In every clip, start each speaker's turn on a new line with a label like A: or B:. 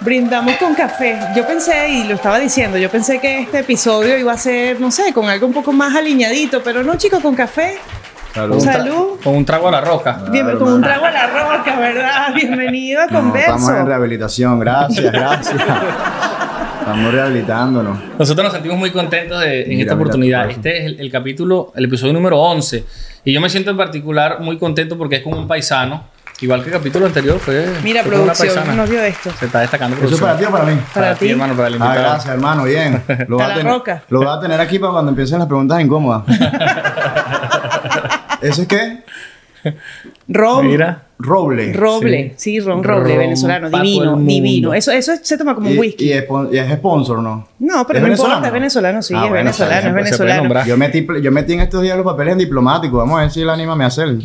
A: Brindamos con café. Yo pensé, y lo estaba diciendo, yo pensé que este episodio iba a ser, no sé, con algo un poco más aliñadito, pero no, chicos, con café.
B: Salud.
A: Con Salud.
C: Con un trago a la roca.
A: Bien, con un trago a la roca, ¿verdad? Bienvenido a
B: No, estamos en
A: Converso.
B: rehabilitación, gracias, gracias. Estamos rehabilitándonos.
C: Nosotros nos sentimos muy contentos de- en
B: Mira, mira,
C: esta oportunidad.
B: por eso.
C: Este es el, el capítulo, el episodio número 11. Y yo me siento en particular muy contento porque es con un paisano. Igual que el capítulo anterior fue.
A: Mira,
C: fue con una
A: producción,
C: paisana.
A: nos dio esto.
C: Se está destacando
B: ¿Eso es
C: producción.
B: para ti o para mí?
C: Para,
A: Para
C: ti,
A: ti.
C: hermano, para el
B: Ah,
C: invitado.
B: gracias, hermano, bien. Lo
A: Está la
B: tener-
A: roca.
B: lo vas a tener aquí para cuando empiecen las preguntas incómodas. ¿Eso es qué?
A: Ron.
C: Mira.
B: Roble.
A: Roble, sí, ron roble
C: Ron
A: venezolano,
C: pa' todo el
A: divino,
C: mundo.
A: divino. Eso, eso se toma como
B: y,
A: un whisky.
B: y es, pon- y es sponsor, ¿no?
A: no, pero
B: ¿Es
A: no
B: venezolano?
A: importa, es venezolano, sí,
B: Ah,
A: es
B: bueno, está
A: venezolano, es
C: bien, pues, se puede
A: venezolano.
C: nombrar.
B: Yo metí, pl- yo metí en estos días los papeles en diplomático. Vamos a ver si el ánima me hace. el-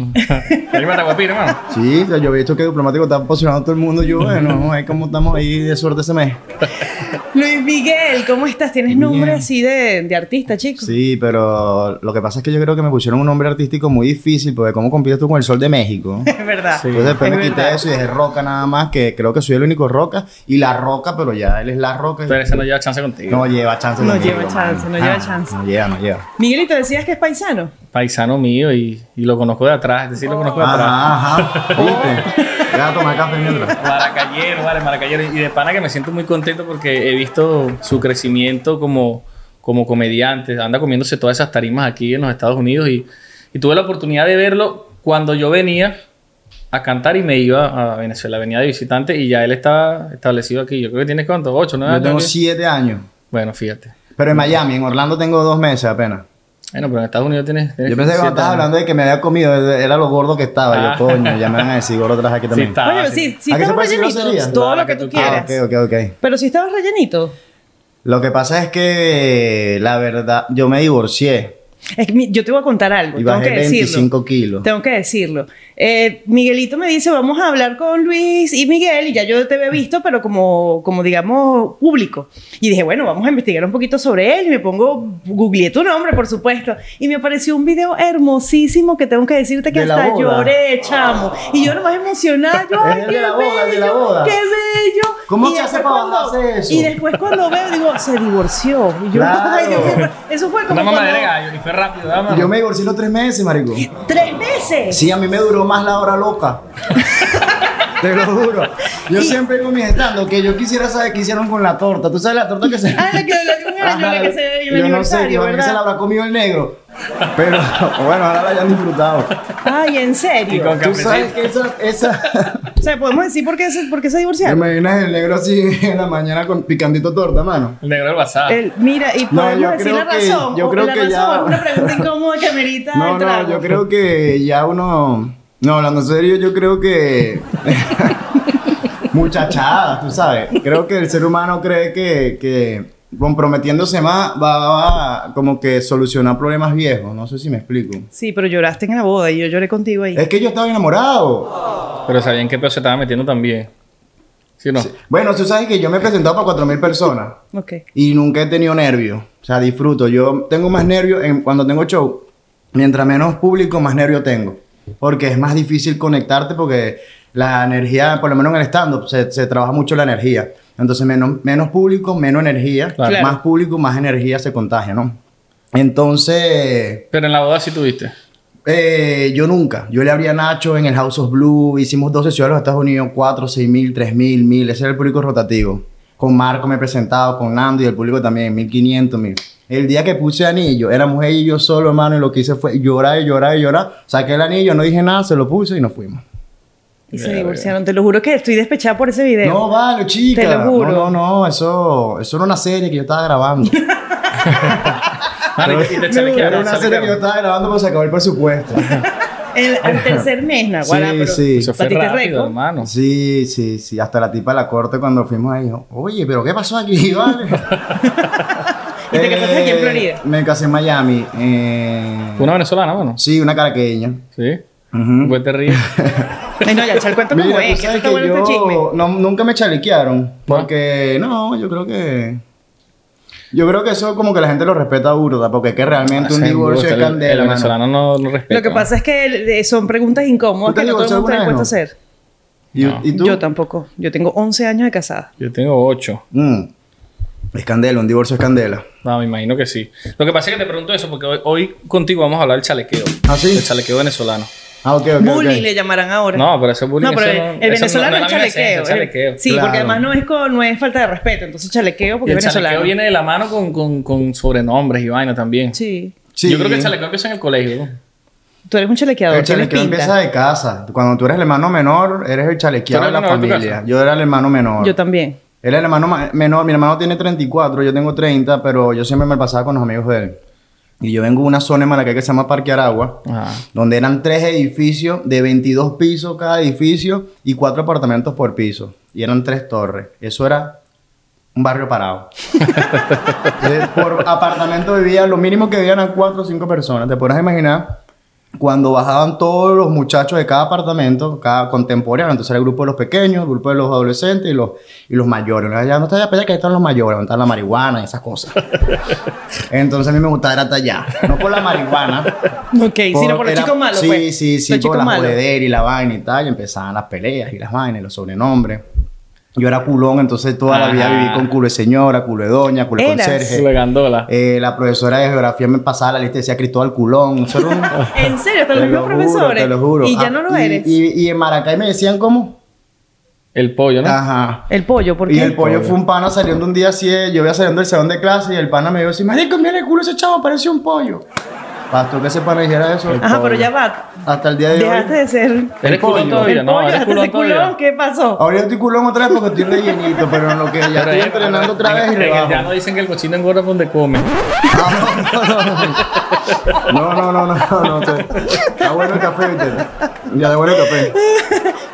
C: Arriba Araguapira, hermano.
B: Sí, o sea, yo he visto que diplomático está posicionando a todo el mundo. Yo, bueno, vamos a ver cómo estamos ahí de suerte ese mes.
A: Luis Miguel, ¿cómo estás? ¿Tienes nombre así de, de artista, chico?
B: Sí, pero lo que pasa es que yo creo que me pusieron un nombre artístico muy difícil, porque ¿cómo compites tú con el sol de México?
A: Es verdad.
C: Sí.
B: Entonces después
A: Es
B: me quité
A: verdad.
B: eso y dejé Roca nada más, que creo que soy el único Roca, y la Roca, pero ya él es la Roca.
C: Pero ese no lleva chance contigo.
B: No lleva chance.
A: No
B: conmigo,
A: lleva chance,
B: mano. Ah,
A: no lleva chance.
B: No lleva, no lleva.
A: Miguelito, decías que es paisano.
C: Paisano mío y, y lo conozco de atrás. Es decir, lo conozco
B: Ah,
C: de atrás.
B: Ajá, ajá,
A: Oh.
B: viste. Voy a tomar café mientras.
C: Maracayero, vale, Maracayero. Y de pana que me siento muy contento porque he visto su crecimiento como, como comediante. Anda comiéndose todas esas tarimas aquí en los Estados Unidos y, y tuve la oportunidad de verlo cuando yo venía a cantar y me iba a Venezuela. Venía de visitante y ya él estaba establecido aquí. Yo creo que tienes cuánto, ocho, nueve
B: Yo tengo
C: años.
B: siete años,
C: Bueno, fíjate.
B: pero en Miami, en Orlando tengo dos meses apenas.
C: Bueno, pero en Estados Unidos tienes. tienes
B: Yo pensé que cuando
C: siete
B: estabas
C: años.
B: hablando de que me había comido, era lo gordo que estaba.
C: Ah.
B: Yo, coño, ya me van a decir gordo atrás aquí
C: Sí,
B: también.
C: estaba,
A: Oye,
C: Ah, sí.
A: sí, sí,
B: ¿A qué se
A: estabas
B: puede decir grosería?
A: rellenito, todo
C: Claro,
A: lo que
C: que
A: tú
C: tú
B: Ah,
A: quieras.
B: ok, ok, ok.
A: Pero si estabas rellenito.
B: Lo que pasa es que la verdad, yo me divorcié
A: Es que mi- yo te voy a contar algo,
B: y
A: tengo
B: bajé
A: que decirlo.
B: 25 kilos.
A: Tengo que decirlo. Eh, Miguelito me dice, vamos a hablar con Luis y Miguel, y ya yo te había visto, pero como, como digamos, público. Y dije, bueno, vamos a investigar un poquito sobre él, y me pongo, googleé tu nombre, por supuesto, y me apareció un video hermosísimo que tengo que decirte que
B: De la
A: hasta
B: boda.
A: lloré, chamo. Y yo nomás emocionada, yo,
B: Es
A: ay,
B: el de
A: qué
B: la boda, el de la
A: bello,
B: boda.
A: qué bello.
B: ¿Cómo
A: Y
B: se hace
A: después
B: para
A: cuando-
B: bajarse eso?
A: Y después cuando veo, digo, se divorció. Y yo,
B: Claro.
A: ay, Dios mío, eso fue como
C: Una
A: cuando-
C: mamadera de gallo y fue rápido, dama.
B: Yo me divorcié los tres meses, marico.
A: ¿Tres meses?
B: Sí, a mí me duró más la hora loca. Te lo juro. Yo siempre con mis estando que yo quisiera saber qué hicieron con la torta. ¿Tú sabes la torta que se...
A: Ah, la que, la que un año, la que se el
B: yo no sé,
A: aniversario,
B: yo que se la
A: ¿verdad?
B: habrá comido el negro. Pero bueno, ahora la hayan disfrutado.
A: Ay, en
C: Y
A: serio.
C: con
B: Tú
C: cafecito.
B: sabes que esa... esa...
A: O sea, podemos decir por qué se, por qué se
B: ¿Te
A: divorciaron.
B: imaginas el negro así en la mañana con picandito torta, mano?
C: El negro del WhatsApp.
A: El- mira, y
B: No,
A: podemos
B: yo
A: decir la
B: creo que-
A: razón.
B: yo
A: o
B: creo
A: la
B: que
A: razón
B: ya-
A: es una pregunta incómoda que merita
B: No,
A: el
B: no,
A: trago.
B: yo creo que ya uno. No, hablando en serio, yo creo que. Muchachada, tú sabes. Creo que el ser humano cree que, que comprometiéndose más va, va a como que solucionar problemas viejos. No sé si me explico.
A: Sí, pero lloraste en la boda y yo lloré contigo ahí.
B: Es que yo estaba enamorado.
C: Pero sabían qué pedo se estaba metiendo también. ¿Sí o no?
B: Bueno, tú sabes que yo me he presentado para 4.000 personas
A: Ok.
B: y nunca he tenido nervios. O sea, disfruto. Yo tengo más nervios en- cuando tengo show. Mientras menos público, más nervio tengo. Porque es más difícil conectarte porque la energía, por lo menos en el stand-up, se, se trabaja mucho la energía. Entonces, menos, menos público, menos energía.
A: Claro.
B: Más público, más energía se contagia, ¿no? Entonces...
C: Pero en la boda sí tuviste.
B: Eh, yo nunca. Yo le abrí a Nacho en el House of Blue. Hicimos 12 ciudades de los Estados Unidos: 4, 6 mil, 3 mil, 1000. Ese era el público rotativo. Con Marco me he presentado, con Nando y el público también, 1500, 1000. El día que puse anillo, éramos ella y yo solo, hermano, y lo que hice fue llorar y llorar y llorar. Saqué el anillo, no dije nada, se lo puse y nos fuimos.
A: Y se divorciaron. Te lo juro que estoy despechada por ese video.
B: No, vale, chica.
A: Te lo juro.
B: No, no, no, eso, eso era una serie que yo estaba grabando.
C: Ah, y- y te chalequearon,
B: era una
C: chalequearon.
B: serie que yo estaba grabando, pero se acabó el presupuesto.
A: El, al tercer mes, Naguará,
B: Sí,
A: pero
B: sí.
C: Eso fue
A: batiste
C: rápido,
A: récord.
C: hermano.
B: Sí, sí, sí. Hasta la tipa de la corte cuando fuimos ahí dijo, oye, pero ¿qué pasó aquí, vale?
A: ¿Y te casaste
B: Eh.
A: aquí en Florida?
B: Me casé en Miami. eh,
C: Una venezolana, mano.
B: Sí, una caraqueña.
C: Sí.
B: Ujú.
C: Pues te ríes.
A: Ay, no, ya, chal, cuéntame cómo
B: Mira,
A: es,
B: tú
A: que esto
B: sabes
A: está
B: que
A: bueno este chisme.
B: yo no- nunca me chalequearon. Porque, no, yo creo que... Yo creo que eso como que la gente lo respeta burda, porque es que realmente un
C: Hacen
B: divorcio es
C: gusto, Ah, el- El
B: candela, mano.
C: venezolano no, no respeta.
A: Lo que pasa es que eh, son preguntas incómodas
B: ¿Tú te
A: que no todo el mundo está
B: divorciaste
A: dispuesto a
B: alguna
A: hacer.
B: ¿Y,
C: No.
B: y tú?
A: Yo tampoco. Yo tengo 11 años de casada.
C: Yo tengo ocho.
B: Mm. Es candela, un divorcio es candela.
C: No, me imagino que sí. Lo que pasa es que te pregunto eso porque hoy, hoy contigo vamos a hablar del chalequeo.
B: ¿Ah, sí?
C: El chalequeo venezolano.
B: Ah, ok, ok. ok.
A: Bullying le llamarán ahora.
C: No, pero ese bullying
A: No, pero
C: eso
A: el, el
C: eso
A: venezolano
C: no- no
A: es
C: la misma esencia,
A: chalequeo.
C: el chalequeo.
A: eh. Sí,
B: Claro.
A: porque además no es, con- no es falta de respeto. Entonces chalequeo
C: Y
A: porque
C: el
A: es venezolano.
C: chalequeo viene de la mano con, con- con sobrenombres y vaina también.
A: Sí.
B: Sí.
C: Yo creo que el chalequeo empieza en el colegio. ¿no?
A: Tú eres un chalequeador.
B: El chalequeo
A: tienes pinta.
B: empieza de casa. Cuando tú eres el hermano menor, eres el chalequeado
C: ¿Tú
B: de
C: eres
B: la
C: el menor de tu
B: familia.
C: casa?
B: Yo era el hermano menor.
A: Yo también.
B: Él era el hermano ma- menor, mi hermano tiene 34, yo tengo 30, pero yo siempre me pasaba con los amigos de él. Y yo vengo de una zona en Maracay que se llama Parque Aragua,
C: Ajá.
B: donde eran tres edificios de 22 pisos cada edificio y cuatro apartamentos por piso. Y eran tres torres. Eso era un barrio parado. Entonces, por apartamento vivían, lo mínimo que vivían eran cuatro o cinco personas. Te podrás imaginar cuando bajaban todos los muchachos de cada apartamento, cada contemporáneo, entonces era el grupo de los pequeños, el grupo de los adolescentes y los, y los mayores. Uno, Ya no está allá, para allá, que ahí están los mayores, donde está la marihuana y esas cosas. Entonces a mí me gustaba ir hasta allá, no por la marihuana.
A: Ok, sino por los
B: era-
A: chicos malos.
B: Sí,
A: pues.
B: sí, sí,
A: Los
B: por
A: chicos
B: la
A: malos.
B: jodedera y la vaina y tal, y empezaban las peleas y las vainas y los sobrenombres. Yo era culón, entonces toda la vida
C: Ajá.
B: viví con culo de señora, culo de doña, culo de
A: Eras.
B: conserje.
C: La gandola.
B: Eh, la profesora de geografía me pasaba la lista y decía Cristóbal Culón. Eso era un-
A: En serio, hasta los
B: Te lo
A: mismos
B: juro,
A: profesores.
B: te lo juro.
A: Y ya
B: Ah,
A: no lo eres.
B: Y, y en Maracay me decían cómo.
C: El
B: Ah,
C: pollo, ¿no?
B: Ajá.
A: El pollo, ¿por
B: Y
A: qué?
B: el pollo fue un pana saliendo un día así. de- Yo iba saliendo del salón de clase y el pana me dijo así: Marico, mira el culo ese chavo, parece un pollo. Pastor que ese pana dijera eso.
A: Ajá, pero ya va.
B: Hasta el día de
A: Dejaste
B: hoy.
A: de ser. El
C: ¿Eres
B: pollo.
C: culón todavía? No,
A: pollo,
C: eres
A: dejaste de
C: culón
A: ser culón.
C: todavía.
A: ¿Qué pasó?
B: Ahora yo estoy culón otra vez porque estoy rellenito, pero en lo que ya
C: Pero
B: estoy
C: es-
B: entrenando otra
C: en-
B: vez y
C: en- Ya
B: rebajo.
C: no dicen que el cochino engorda por donde come.
B: No, no, no, no, no, no. Está bueno el café, ¿viste? Ya de bueno el café.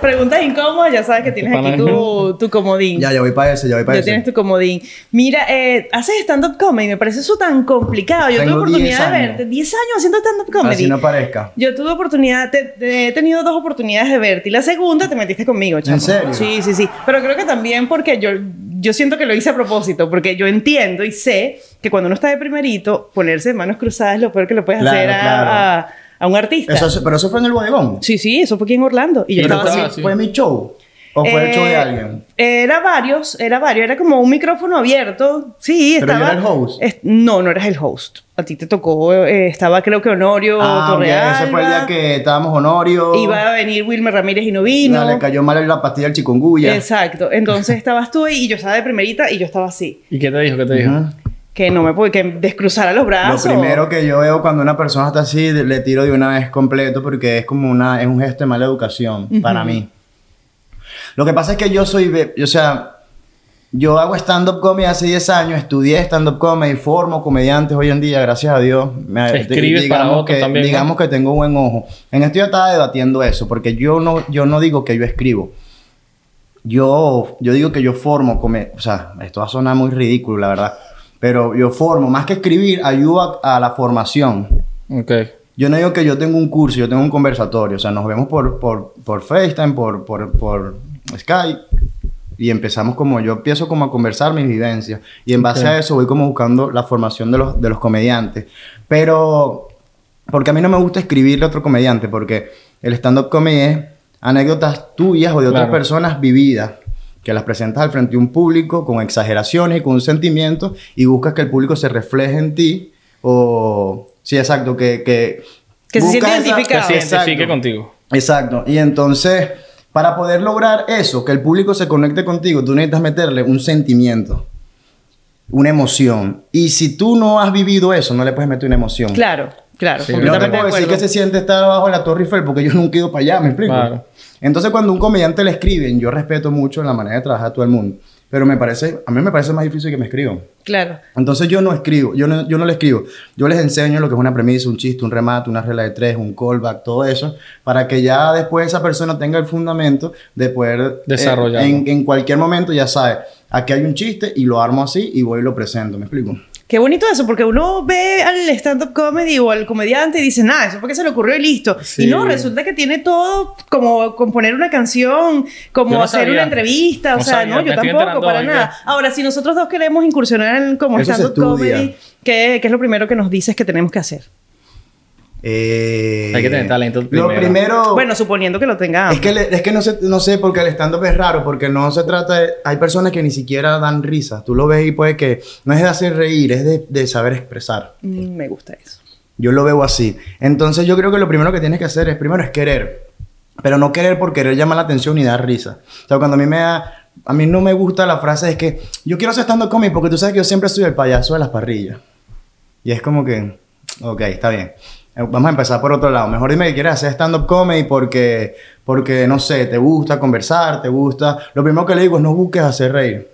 A: Preguntas incómodas, ya sabes que
B: Este
A: tienes
C: Para
A: aquí
C: mí.
A: tu, tu comodín.
B: Ya, ya voy para ese, ya voy para
A: Ya
B: ese.
A: tienes tu comodín. Mira, eh, haces stand-up comedy. Me parece eso tan complicado. Yo
B: Tengo
A: tuve oportunidad
B: 10
A: de
B: años.
A: verte. 10 años haciendo stand-up comedy.
B: Así no parezca.
A: Yo tuve oportunidad, te- te- he tenido dos oportunidades de verte. Y la segunda te metiste conmigo, chamo.
B: serio?
A: Sí, sí, sí. Pero creo que también porque yo, yo siento que lo hice a propósito, porque yo entiendo y sé que cuando uno está de primerito, ponerse de manos cruzadas es lo peor que le puedes
B: Claro,
A: hacer a,
B: claro.
A: a- a un artista.
B: Eso, se- pero eso fue en el bodegón.
A: Sí, sí, eso fue aquí en Orlando. Y yo
C: Y
A: estaba
C: tú
A: así.
C: estabas así.
B: ¿Fue mi show? ¿O fue el show de
A: Eh,
B: alguien?
A: Era varios, era varios, era como un micrófono abierto. Sí,
B: Pero yo
A: estaba.
B: era el host.
A: es- no, no eras el host. A ti te tocó, eh, estaba creo que Honorio
B: Ah, ok,
A: Torrealba.
B: ese fue el día que estábamos Honorio.
A: Iba a venir Wilmer Ramírez y no vino.
B: Le cayó mal la pastilla al chikungunya.
A: Exacto. Entonces estabas tú y yo estaba de primerita y yo estaba así.
C: ¿Y qué te dijo? ¿Qué te dijo?
B: Ujú.
A: Que no me pude, que descruzara los
B: Lo
A: brazos.
B: primero que yo veo cuando una persona está así, de- le tiro de una vez completo porque es como una, es un gesto de mala educación para mí. Lo que pasa es que yo soy, ve- o sea, yo hago stand-up comedy hace 10 años, estudié stand-up comedy, formo comediantes hoy en día, gracias a Dios. Me,
C: Escribes
B: di-
C: para
B: digamos
C: otros
B: que,
C: también, ¿no?
B: Digamos que tengo buen ojo. En esto yo estaba debatiendo eso, porque yo no, yo no digo que yo escribo. Yo, yo digo que yo formo, come- o sea, esto va a sonar muy ridículo, la verdad, pero yo formo, más que escribir, ayuda a la formación.
C: Ok.
B: Yo no digo que yo tengo un curso, yo tengo un conversatorio, o sea, nos vemos por, por, por FaceTime, por, por, por Skype, y empezamos como, yo empiezo como a conversar mis vivencias, y en base
C: Ok.
B: a eso voy como buscando la formación de los, de los comediantes. Pero, porque a mí no me gusta escribirle a otro comediante, porque el stand-up comedy es anécdotas tuyas o de otras
C: Claro.
B: personas vividas. Que las presentas al frente de un público con exageraciones y con un sentimiento y buscas que el público se refleje en ti o... Sí, exacto, que... Que,
A: Que se
B: buscas
A: sienta
B: esa-
A: identificado.
C: Se
A: Que
C: identifique
B: Exacto.
C: contigo.
B: Exacto. Y entonces, para poder lograr eso, que el público se conecte contigo, tú necesitas meterle un sentimiento, una emoción. Y si tú no has vivido eso, no le puedes meter una emoción.
A: Claro, claro.
B: Sí, no te
A: completamente
B: puedo
A: de
B: decir
A: acuerdo.
B: que se siente estar abajo de la Torre Eiffel porque yo nunca he ido para allá, ¿me explico?
C: Claro.
B: Entonces, cuando un comediante le escriben, yo respeto mucho la manera de trabajar a todo el mundo, pero me parece, a mí me parece más difícil que me escriban.
A: Claro.
B: Entonces yo no escribo, yo no, yo no le escribo. Yo les enseño lo que es una premisa, un chiste, un remate, una regla de tres, un callback, todo eso, para que ya después esa persona tenga el fundamento de poder
C: Desarrollarlo.
B: eh, en, en cualquier momento ya sabe, aquí hay un chiste y lo armo así y voy y lo presento, ¿me explico?
A: Qué bonito eso, porque uno ve al stand-up comedy o al comediante y dice, nada, eso fue que se le ocurrió y listo.
C: Sí.
A: Y no, resulta que tiene todo, como componer una canción, como
C: Yo no
A: hacer
C: sabía.
A: una entrevista,
C: No
A: o sea,
C: sabía,
A: no,
C: me
A: yo
C: estoy
A: tampoco,
C: enterando
A: para
C: hoy,
A: nada. Ahora, si nosotros dos queremos incursionar en como
B: Eso se
A: stand-up comedy,
B: estudia.
A: ¿qué, qué es lo primero que nos dices que tenemos que hacer?
B: Eh,
C: Hay que tener talento
B: Lo
C: primero.
B: primero
A: Bueno, suponiendo que lo tenga
B: es que, le- es que no, sé, no sé, porque el stand-up es raro, porque no se trata de... Hay personas que ni siquiera dan risa. Tú lo ves y puede que no es de hacer reír, es de, de saber expresar.
A: Mm, Me gusta eso.
B: Yo lo veo así. Entonces yo creo que lo primero que tienes que hacer es, primero es querer. Pero no querer por querer llamar la atención y dar risa. O sea, cuando a mí me da... A mí no me gusta la frase es que yo quiero hacer stand-up comedy porque tú sabes que yo siempre soy el payaso de las parrillas. Y es como que, ok, está bien. Eh, Vamos a empezar por otro lado. Mejor dime que quieres hacer stand-up comedy porque, porque, no sé, te gusta conversar, te gusta. Lo primero que le digo es no busques hacer reír.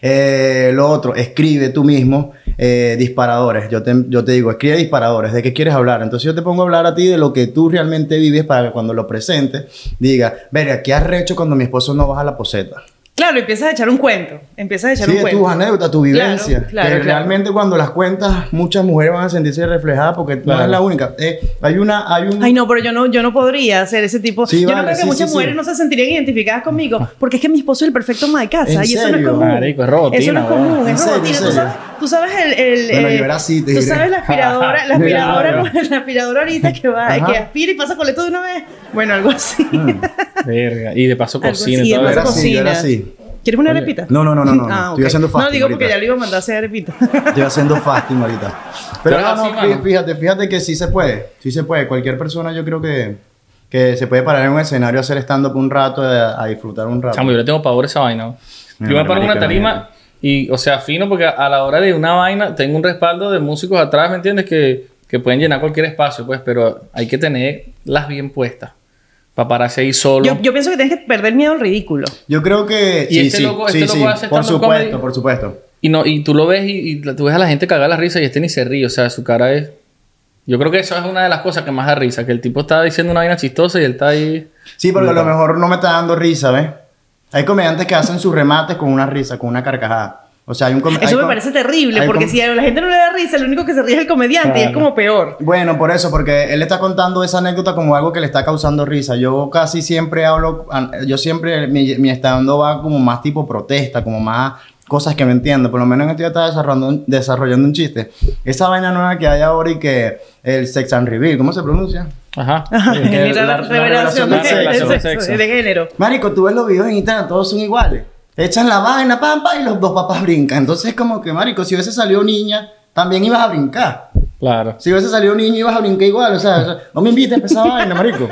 B: Eh, lo otro, escribe tú mismo eh, disparadores. Yo te, yo te digo, escribe disparadores. ¿De qué quieres hablar? Entonces yo te pongo a hablar a ti de lo que tú realmente vives para que cuando lo presentes diga, verga, ¿qué arrecho cuando mi esposo no baja la poseta?
A: Claro, empiezas a echar un cuento. Empiezas a echar
B: Sí,
A: un
B: de
A: cuento.
B: tus anécdotas, tu
A: Claro,
B: vivencia.
A: claro,
B: que
A: claro.
B: realmente cuando las cuentas, muchas mujeres van a sentirse reflejadas porque no
C: Claro.
B: es la única. Eh, hay una, hay un.
A: Ay, no, pero yo no, yo no podría hacer ese tipo.
B: Sí,
A: yo
B: vale,
A: no creo que
B: sí,
A: muchas
B: sí,
A: mujeres
B: sí.
A: no se sentirían identificadas conmigo, porque es que mi esposo es el perfecto ama de casa
B: ¿En
A: y eso no es
B: serio?
A: común.
C: Marico, es robotina,
A: eso no es
C: weón.
A: común,
B: ¿En
A: es
B: serio,
A: robotina.
B: en
A: Tú
B: serio?
A: sabes, tú sabes el, el
B: Bueno,
A: eh,
B: yo era así, te
A: tú
B: diré.
A: sabes la aspiradora, la aspiradora,
C: Claro.
A: la aspiradora ahorita que va,
B: Ajá.
A: que aspira y pasa con esto de una vez. Bueno, algo así.
C: Verga. Y de paso
A: Algo
C: cocina
A: así,
C: y
A: de
C: todo
B: Yo
A: paso
B: era
C: eso.
B: así, yo era
A: cocina.
B: así.
A: ¿Quieres una
C: Oye,
A: arepita?
B: No, no, no, no, no.
A: Ah,
B: Estoy
A: ok.
B: haciendo fasting.
A: No digo porque
B: ahorita.
A: ya le iba a mandar a hacer arepita.
B: Estoy haciendo fasting ahorita. Pero
C: Pero
B: no,
C: así,
B: no,
C: mano.
B: fí- fíjate, fíjate que sí se puede. Sí se puede. Cualquier persona yo creo que, que se puede parar en un escenario a hacer stand-up un rato, eh, a, a disfrutar un rato.
C: Chamo, yo le tengo pavor a esa vaina. ¿no?
B: Mi
C: Yo me
B: madre,
C: paro en una
B: marica,
C: tarima
B: imagínate.
C: y, o sea, fino porque a, a la hora de una vaina tengo un respaldo de músicos atrás, ¿me entiendes? Que, que pueden llenar cualquier espacio, pues, pero hay que tener las bien puestas para pararse ahí solo.
A: Yo, yo pienso que tienes que perder miedo al ridículo.
B: Yo creo que.
C: Y
B: sí,
C: este
B: sí,
C: loco-
B: sí,
C: este
B: sí.
C: loco hace
B: Por
C: stand-up
B: supuesto,
C: comedy.
B: por supuesto.
C: Y, no, y tú lo ves y, y tú ves a la gente cagar la risa y este ni se ríe, o sea, su cara es... Yo creo que eso es una de las cosas que más da risa, que el tipo está diciendo una vaina chistosa y él está ahí...
B: Sí, porque a lo mejor no me está dando risa, ¿ves? Hay comediantes que hacen sus remates con una risa, con una carcajada. O sea, hay un come- hay
A: Eso me
B: com-
A: parece terrible,
B: hay
A: porque
B: com-
A: si a la gente no le da risa, lo único que se ríe es el comediante y es
C: Claro.
A: como peor.
B: Bueno, por eso, porque él está contando esa anécdota como algo que le está causando risa. Yo casi siempre hablo, an- yo siempre, mi, mi estando va como más tipo protesta, como más cosas que no entiendo. Por lo menos en esto ya está desarrollando, un- desarrollando un chiste. Esa vaina nueva que hay ahora y que el sex and reveal, ¿cómo se pronuncia?
C: Ajá.
A: Ajá,
B: Sí, que
A: la,
B: la- la
A: revelación
B: revelación
A: de,
C: del sexo.
A: del sexo,
C: sexo.
A: de género.
B: Marico, tú ves los videos en Instagram, todos son iguales. Echan la vaina, pam, pam, y los dos papás brincan. Entonces, como que, marico, si hubiese salido niña, también ibas a brincar.
C: Claro.
B: Si hubiese salido niño, ibas a brincar igual. O sea, o sea, no me invites a esa vaina, marico.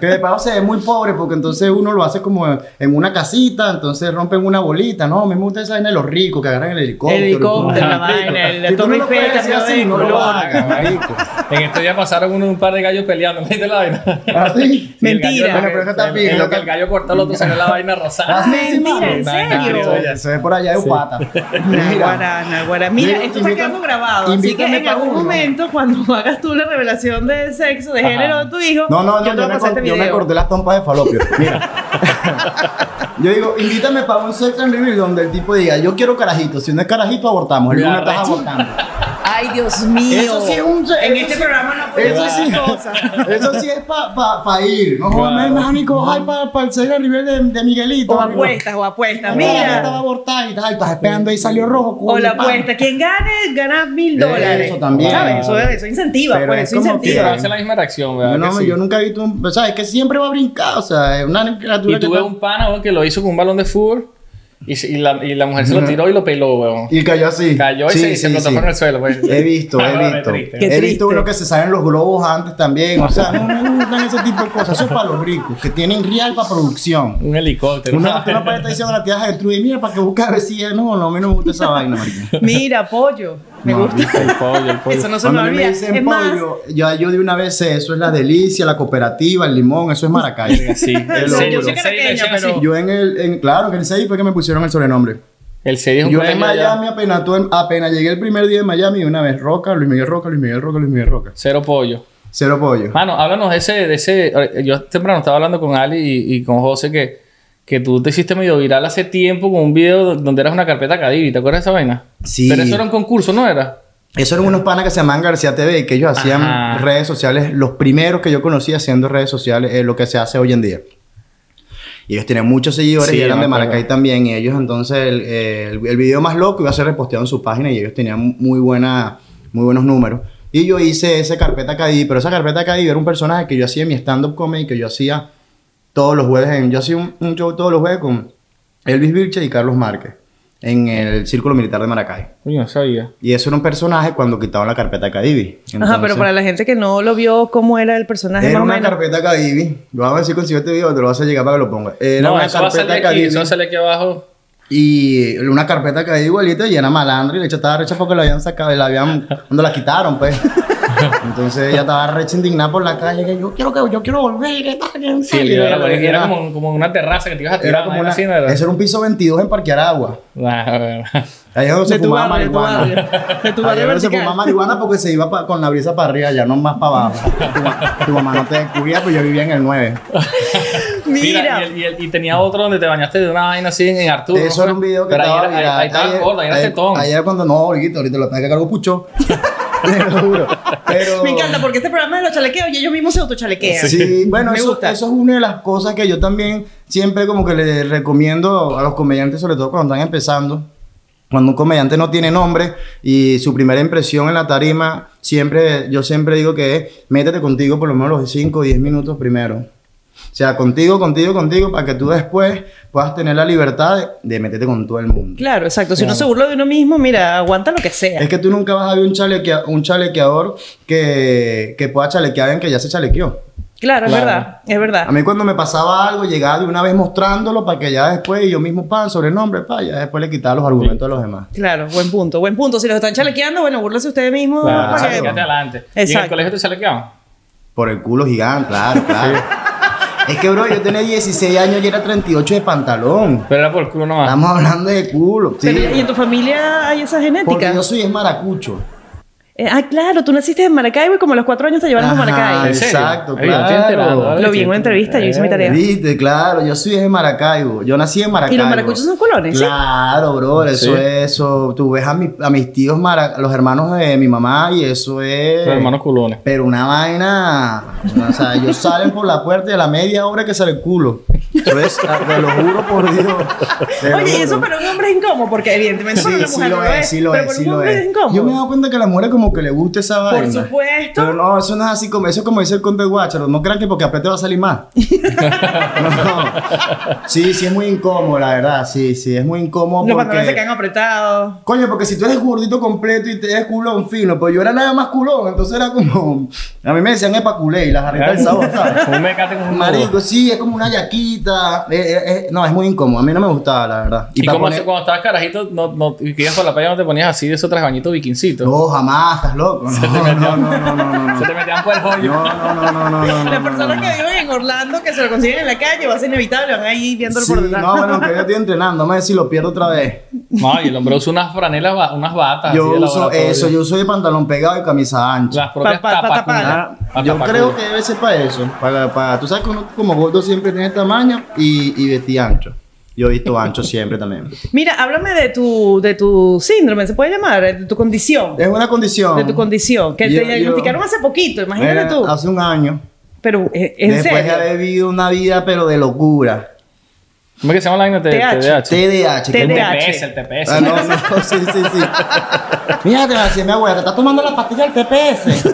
B: Que de paso se ve muy pobre, porque entonces uno lo hace como en- en una casita, entonces rompen una bolita. No, me gusta esa vaina de los ricos, que agarran el helicóptero.
A: El helicóptero,
B: Ajá.
A: la vaina, el- la
B: Si tú
A: Torre
B: no lo
A: Eiffel
B: puedes hacer
A: cambiado
B: así,
A: de
B: no lo
A: color.
B: hagas, marico.
C: En este día pasaron uno- un par de gallos peleando, ¿me viste la vaina?
B: Así.
C: Sí, el
A: Mentira.
C: gallo-
B: Bueno, pero eso está
C: en-
B: fino.
C: En lo que el gallo cortó al otro salió la vaina rosada.
B: Así, Ah, sí,
A: Mentira,
B: mano.
A: ¿en serio?
B: Eso ya Se ve por allá de Upata.
A: Naguará, naguará. Mira,
B: Mira,
A: esto está
B: invítame-
A: quedando grabado. Así que
B: invítame
A: en
B: pa'
A: algún
B: uno.
A: momento, cuando hagas tú la revelación de sexo, de
C: Ajá.
A: género de tu hijo,
B: No, no, no,
A: yo
B: yo,
A: te voy a
B: me,
A: pasar
B: acor-
A: este
B: yo me
A: video.
B: corté las trompas de falopio. Mira. yo digo, invítame para un sex and reveal donde el tipo diga, yo quiero carajito. Si no es carajito, abortamos. El
C: Mira,
B: lunes estás
C: recho.
B: abortando.
A: Ay, Dios mío.
B: Eso sí es un- eso
A: En este
B: sí-
A: programa no
B: Eso
A: podemos
B: sí,
A: decir cosas.
B: eso sí es para pa, pa ir. No
C: Claro.
B: jodas, mecánico, ay, para el sex and reveal de, de Miguelito.
A: O
B: amigo.
A: apuestas, o apuestas.
B: Mira, estaba
A: Mira.
B: abortada y tal, estás esperando ahí, salió rojo.
A: O la
B: coño, pam.
A: apuesta. Quien gane, gana mil
B: Eso
A: dólares.
B: también.
A: ¿Sabes? Eso, eso incentiva,
B: Pero
A: pues.
B: es
A: Eso
B: como
C: Pero
A: incentiva.
B: que-
C: hace la misma reacción, ¿verdad?
B: Yo, no,
C: que sí?
B: yo nunca he visto un. O sea, es que siempre va a brincar. O sea, es una criatura
C: Y
B: que
C: tuve
B: está-
C: un pana, weón, que lo hizo con un balón de fútbol y, se- y la, y la mujer se lo tiró y lo peló, weón.
B: Y cayó así.
C: Cayó y
B: Sí,
C: se, y se
B: sí,
C: explotó
B: sí.
C: por el suelo, pues.
B: He visto,
C: Ah,
B: he
C: vale,
B: visto.
C: triste.
A: Qué
B: He
A: triste.
B: visto uno que se salen los globos antes también. O sea, no, no me gustan ese tipo de cosas. Eso es para los ricos, que tienen real para producción.
C: Un helicóptero.
B: Uno que no puede estar diciendo a la tía Gertrude, mira, para que busque a ver si es, no, no, a mí no me gusta esa vaina, marica.
A: Mira, pollo. Me
B: No,
A: gusta.
C: El pollo, el pollo.
A: Eso no se me
B: Cuando a mí me
A: olvida.
B: dicen
A: Es más,
B: pollo, ya yo de una vez sé, eso es la delicia, la cooperativa, el limón, eso es Maracay.
C: Sí,
B: yo
C: el seis,
B: soy
C: el seis,
A: caraqueña,
C: le decían así.
A: pero-
B: Yo en el, en, claro, que en el 6 fue que me pusieron el sobrenombre.
C: El 6 es un
B: Yo en
C: colegio allá.
B: Miami apenas, tuve- apenas llegué el primer día de Miami, de una vez Roca, Luis Miguel Roca, Luis Miguel Roca, Luis Miguel Roca.
C: Cero pollo.
B: Cero pollo.
C: Mano, háblanos de ese, de ese. Yo temprano estaba hablando con Ali y, y con José que, que tú te hiciste medio viral hace tiempo con un video donde eras una carpeta Cadivi, ¿te acuerdas de esa vaina?
B: Sí.
C: Pero eso era un concurso, ¿no era?
B: Eso eran unos panas que se llamaban García TV y que ellos hacían
C: Ajá.
B: redes sociales, los primeros que yo conocí haciendo redes sociales, es lo que se hace hoy en día. Y ellos tenían muchos seguidores
C: Sí,
B: y eran
C: me
B: de
C: acuerdo.
B: Maracay también. Y ellos entonces, el, eh, el- el video más loco iba a ser reposteado en su página y ellos tenían muy, buena, muy buenos números. Y yo hice esa carpeta Cadí, pero esa carpeta Cadí era un personaje que yo hacía en mi stand-up comedy, que yo hacía todos los jueves, en- yo hacía un, un show todos los jueves con Elvis Birche y Carlos Márquez en el Círculo Militar de Maracay.
C: Coño, no sabía.
B: Y eso era un personaje cuando quitaban la carpeta Cadivi.
A: Ajá, pero para la gente que no lo vio, ¿cómo era el personaje
B: Era
A: más o
B: una
A: menos?
B: carpeta Cadivi. Lo vamos a decir con si este video, te lo vas a llegar para que lo ponga. Era
C: no,
B: una
C: eso va a salir
B: carpeta
C: aquí,
B: Cadivi.
C: eso va a salir aquí abajo.
B: Y una carpeta que igualita y era malandra y le estaba recha porque la habían sacado y la habían. cuando la quitaron, pues. Entonces ella estaba recha indignada por la calle. Que yo quiero que yo quiero volver. y que tal, que tal,
C: Sí,
B: y
C: el video era, era
B: era-
C: como, como una terraza que te ibas a tirar.
B: era como
C: vaina
B: una.
C: así, ¿no era?
B: Eso era un piso 22 en Parque Aragua.
C: Nah,
B: Ahí es donde se
A: De tu
B: fumaba
A: barrio, de tu
B: marihuana.
A: barrio. De tu
B: Allá
A: barrio
B: donde se
A: vertical.
B: fumaba marihuana porque se iba pa- con la brisa para arriba, ya no más para abajo. Tu, ma- tu mamá no te descubría, pues yo vivía en el 9.
A: Mira,
C: Mira, y, el- y el- y tenía otro donde te bañaste de una vaina así en Arturo.
B: Eso
C: ¿no?
B: era un video que
C: Pero ahí
B: estaba
C: era- ahí-
B: viral.
C: Ahí estaba
B: Ayer-
C: gordo, ahí era
B: ayer-
C: tetón.
B: ayer cuando no, ahorita, ahorita lo tengo que cargo pucho. Te lo juro. Pero.
A: me encanta porque este programa de los chalequeos y ellos mismos se autochalequean.
B: Sí, bueno,
A: Me
B: eso,
A: gusta.
B: eso es una de las cosas que yo también siempre como que le recomiendo a los comediantes, sobre todo cuando están empezando. Cuando un comediante no tiene nombre y su primera impresión en la tarima, siempre, yo siempre digo que es, métete contigo por lo menos los 5 o 10 minutos primero. O sea, contigo, contigo, contigo, para que tú después puedas tener la libertad de, de meterte con todo el mundo.
A: Claro, exacto. Si uno se burla de uno mismo, mira, aguanta lo que sea.
B: Es que tú nunca vas a ver un, chalequea- un chalequeador que, que pueda chalequear en que ya se chalequeó.
A: Claro, es
C: Claro.
A: verdad, es verdad.
B: A mí cuando me pasaba algo, llegaba de una vez mostrándolo para que ya después yo mismo, pan, sobrenombre, pa, ya después le quitaba los argumentos a los demás.
A: Claro, buen punto, buen punto. Si los están chalequeando, bueno, búrlese ustedes mismos.
C: Claro,
A: para que-
B: Exacto.
C: Ah, quédate adelante. ¿Y en el
A: Exacto.
C: colegio te chalequeaban?
B: Por el culo gigante, claro, claro. es que, bro, yo tenía 16 años y era 38 de pantalón.
C: Pero era por culo nomás.
B: Estamos hablando de culo, sí.
A: Pero, ¿Y en tu familia hay esa
B: Porque
A: genética?
B: yo soy es maracucho.
A: Eh, ah, claro, tú naciste en Maracaibo y como a los cuatro años te llevaron
B: Ajá,
A: a Maracaibo.
C: ¿En serio?
B: exacto,
C: Ay, yo estoy
B: claro.
C: enterado, ¿vale? Eh,
A: Lo vi en una entrevista, yo hice mi tarea.
B: Viste, claro, yo soy de Maracaibo. Yo nací en Maracaibo.
A: maracuchos son colones, ¿sí?
B: Claro, bro, eso
C: Sí.
B: es eso. Tú ves a, mi- a mis tíos, mara- a los hermanos de mi mamá, y eso es.
C: Los hermanos culones.
B: Pero una vaina. O sea, ellos salen por la puerta y a la media hora que sale el culo. Eso es, te lo juro por Dios. te lo
A: Oye, y eso
B: juro.
A: para un hombre es incómodo, porque evidentemente para
B: Sí,
A: una
B: sí
A: mujer
B: lo
A: no
B: es, sí lo
A: pero
B: es,
A: para
B: sí
A: un
B: lo
A: hombre
B: es.
A: incómodo.
B: Yo me he dado cuenta que a la mujer como que le gusta esa
A: Por
B: vaina.
A: supuesto.
B: Pero no, eso no es así como eso es como dice el content watcher. No crean que porque apriete va a salir más. no. Sí, sí es muy incómodo, la verdad. Sí, sí es muy incómodo
A: Los
B: porque
A: pantalones se quedan apretados.
B: Coño, porque si tú eres gordito completo y te eres culón fino, pues yo era nada más culón, entonces era como. A mí me decían epaculé y las
C: Era
B: jarritas del sabor, ¿sabes?
C: como un mecate con un culo.
B: Marico, sí, es como una yaquita. eh, eh, eh, no, es muy incómodo. A mí no me gustaba, la verdad.
C: ¿Y
B: pa'
C: cómo
B: poner-
C: hace- cuando estabas carajito no, no, y que ibas por la playa no te ponías así de esos bañitos viquincitos?
B: No, jamás, estás loco. No, no, no, no, no, no, no.
C: Se te metían por el hoyo.
B: No, no, no, no, no, no, no,
A: Las
B: no, no,
A: personas
B: no.
A: que viven en Orlando, que se lo consiguen en la calle, va a ser inevitable, van ahí viéndolo
B: Sí,
A: por detrás.
B: no, bueno, que yo estoy entrenando. Vamos a ver si lo pierdo otra vez.
C: No, y el hombre usa unas franelas, ba- unas batas.
B: Yo
C: así de
B: uso
C: laboratorio.
B: eso, yo uso de pantalón pegado y camisa ancha.
C: Las propias
A: Pa- pa- pa-
C: tapacunas.
A: tapada.
B: Ah,
C: Las
B: yo
C: tapacunas.
B: creo que debe ser para eso. Para, para, tú sabes que uno como gordo siempre tiene tamaño y, y vestí ancho. Yo he visto ancho siempre también.
A: Mira, háblame de tu, de tu síndrome, ¿se puede llamar? Eh, De tu condición.
B: Es una condición.
A: De tu condición. Que
B: Yo-
A: te
B: yo-
A: diagnosticaron hace poquito, imagínate
B: Mira,
A: tú.
B: Hace un año.
A: Pero, eh, ¿en
B: después de
A: serio?
B: haber vivido una vida pero de locura.
C: ¿Cómo es que se llama la vaina? T-
A: TH.
C: TDH.
B: TDH. que es
A: TDAH.
C: TPS, el TPS.
B: Ah, no, no, sí, sí, sí. Mira, te va a decir mi abuela, te estás tomando la pastilla del TPS.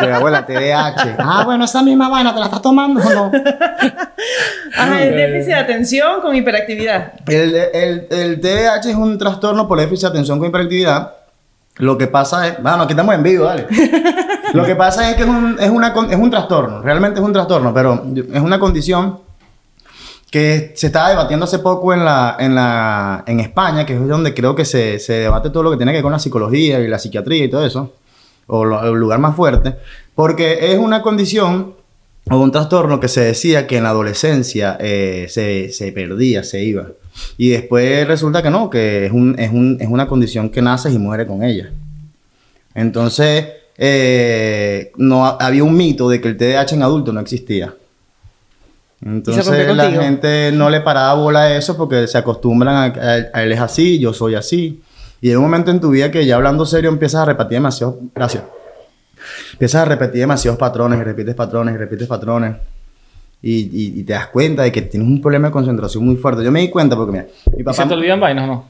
B: Mi abuela, TDH. Ah, bueno, esa misma vaina, ¿te la estás tomando o no?
A: Ajá, es déficit de atención con hiperactividad.
B: El, el, el TDAH es un trastorno por déficit de atención con hiperactividad. Lo que pasa es. Bueno, aquí estamos en vivo, dale. Lo que pasa es que es un, es una, con- es un trastorno. Realmente es un trastorno, pero es una condición que se estaba debatiendo hace poco en, la, en, la, en España, que es donde creo que se, se debate todo lo que tiene que ver con la psicología y la psiquiatría y todo eso, o lo- el lugar más fuerte, porque es una condición o un trastorno que se decía que en la adolescencia eh, se, se perdía, se iba, y después resulta que no, que es, un, es, un- es una condición que naces y mueres con ella. Entonces, eh, no, había un mito de que el TDAH en adulto no existía.
A: rompió
B: Entonces la
A: contigo?
B: gente no le paraba bola a eso porque se acostumbran a, a- a él es así, yo soy así. Y hay un momento en tu vida que ya hablando serio empiezas a repetir demasiado... Gracias. Empiezas a repetir demasiados patrones y repites patrones y repites patrones. Y, y- y te das cuenta de que tienes un problema de concentración muy fuerte. Yo me di cuenta porque, mira, mi
C: ¿Y
B: papá...
C: se te olvidan vainas o no?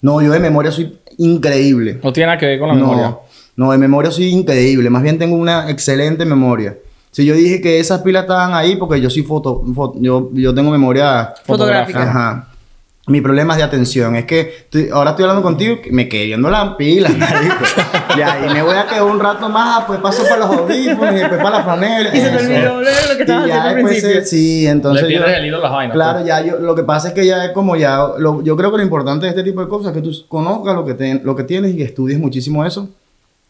B: No, yo de memoria soy increíble.
C: No tiene nada que ver con la memoria.
B: No. No, de memoria soy increíble. Más bien tengo una excelente memoria. Si yo dije que esas pilas estaban ahí porque yo soy foto... fo- yo, yo tengo memoria...
A: Fotográfica.
B: Ajá. Mi problema es de atención. Es que estoy- ahora estoy hablando contigo y me quedé viendo las pilas, marico. ya, y me voy a quedar un rato más, pues paso para los audífonos y después para la franela.
A: Y se te
B: Eso.
A: olvidó lo que estabas
B: Y
A: haciendo
B: ya
A: al
B: después,
A: principio.
B: eh, sí, entonces.
C: Le
B: yo-
C: pierdes el hilo a las vainas.
B: Claro,
C: pues.
B: ya yo, lo que pasa es que ya es como ya, lo- yo creo que lo importante de este tipo de cosas es que tú conozcas lo que, te- lo que tienes y estudies muchísimo eso.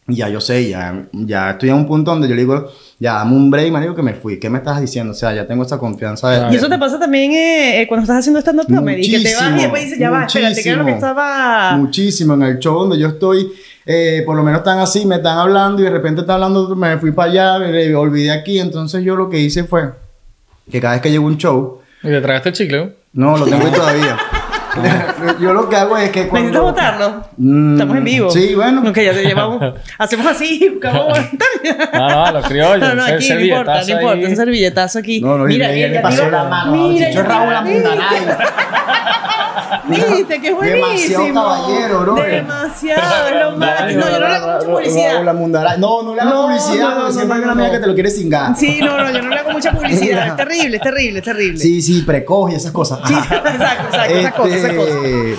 B: Y ya yo sé, ya, ya estoy a un punto donde yo le digo, ya dame un break, marico, que me fui. ¿Qué me estás diciendo? O sea, ya tengo esa confianza de...
A: Y eso te pasa también eh, eh, cuando estás haciendo stand-up comedy. Que te vas y
B: Muchísimo,
A: después dices, ya va, espérate, que era lo que
B: muchísimo.
A: estaba...
B: muchísimo en el show donde yo estoy. eh, por lo menos están así, me están hablando y de repente están hablando, me fui para allá, me, me olvidé aquí. Entonces yo lo que hice fue que cada vez que llego a un show,
C: pues. Y te tragaste el chicle, ¿no?
B: no, lo tengo ahí todavía. yo lo que hago es que cuando...
A: ¿Necesitas votarlo?
B: Mm,
A: Estamos en vivo.
B: Sí, bueno.
A: Ok, ya te llevamos. Hacemos así, buscamos
C: No, Ah, no, los criollos,
A: No, no,
C: ser-
A: aquí no importa, no
C: servilletazo
A: importa.
C: ahí.
A: Un servilletazo aquí.
B: No, no,
A: mira,
B: mira, y él
A: ya
B: le pasó
A: tiró-
B: la mano.
A: mira,
B: Chicho
A: ya
B: Raúl la
A: tiró-
B: punta nadie.
A: Viste, que es buenísimo.
B: Demasiado caballero, bro.
A: Demasiado, es lo más.
C: Dale,
A: No, yo no le hago mucha publicidad.
B: La mundaray. No, no le hagas
A: No,
B: publicidad
A: no, no,
B: porque siempre
A: no,
B: hay una
A: no.
B: amiga que te lo quiere cingar.
A: Sí, no, no, yo no le hago mucha publicidad.
B: Mira.
A: Es terrible, es terrible, es terrible.
B: Sí, sí, precoz y esas cosas.
A: Sí,
B: Ajá.
A: exacto, exacto, esas cosas, esas cosas.
B: Este,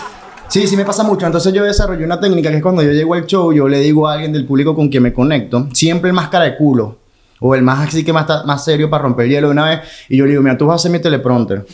B: Sí, sí me pasa mucho. Entonces yo desarrollé una técnica que es cuando yo llego al show, yo le digo a alguien del público con quien me conecto, siempre el más cara de culo. O el más así que más, ta- más serio para romper el hielo de una vez. Y yo le digo, mira, tú vas a hacer mi teleprompter.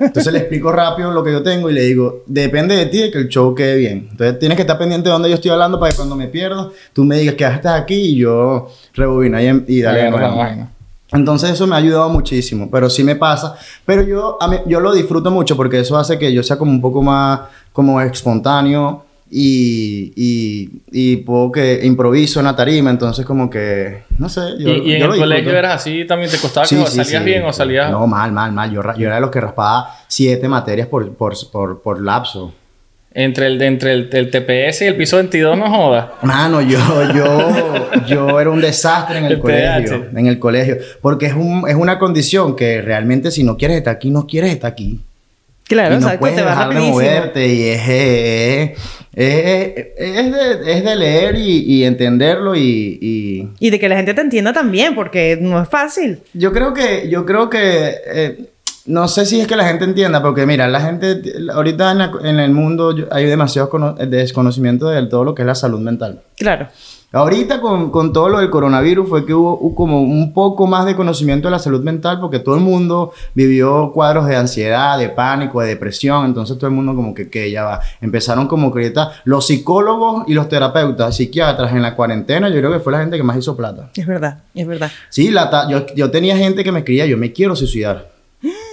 B: Entonces le explico rápido lo que yo tengo y le digo, depende de ti de que el show quede bien. Entonces tienes que estar pendiente de dónde yo estoy hablando para que cuando me pierdo, tú me digas que estás aquí y yo rebobina y, en- y dale de
C: Agarra la
B: nuevo.
C: vaina.
B: Entonces eso me ha ayudado muchísimo, pero sí me pasa. Pero yo, a mí- yo lo disfruto mucho porque eso hace que yo sea como un poco más como espontáneo y, y, y puedo que improviso en la tarima, entonces como que, no sé, yo,
C: y, y en
B: yo lo
C: el colegio
B: disfruto.
C: eras así, también te costaba
B: Sí,
C: que o
B: sí,
C: salías
B: sí.
C: bien o salías.
B: No, mal, mal, mal. Yo, ra- yo era de los que raspaba siete materias por, por, por, por lapso.
C: Entre, el, entre el, el TPS y el piso 22, no jodas.
B: Mano, yo, yo, yo era un desastre en el,
C: El
B: colegio.
C: PH.
B: En el colegio. Porque es, un, es una condición que realmente si no quieres estar aquí, no quieres estar aquí.
A: Claro,
B: y no
A: exacto,
B: puedes
A: te vas
B: dejar de
A: rapidísimo.
B: moverte y es, eh, eh, eh, es de, es de leer y, y entenderlo y, y-
A: Y de que la gente te entienda también, porque no es fácil.
B: yo creo que yo creo que eh, no sé si es que la gente entienda porque mira la gente ahorita en, la- en el mundo yo- hay demasiado cono- desconocimiento de todo lo que es la salud mental
A: Claro.
B: Ahorita con, con todo lo del coronavirus fue que hubo u- como un poco más de conocimiento de la salud mental porque todo el mundo vivió cuadros de ansiedad, de pánico, de depresión, entonces todo el mundo como que, que ya va. Empezaron como que ahorita los psicólogos y los terapeutas, psiquiatras en la cuarentena, yo creo que fue la gente que más hizo plata.
A: Es verdad, es verdad.
B: Sí, la ta- yo, yo tenía gente que me escribía, yo me quiero suicidar,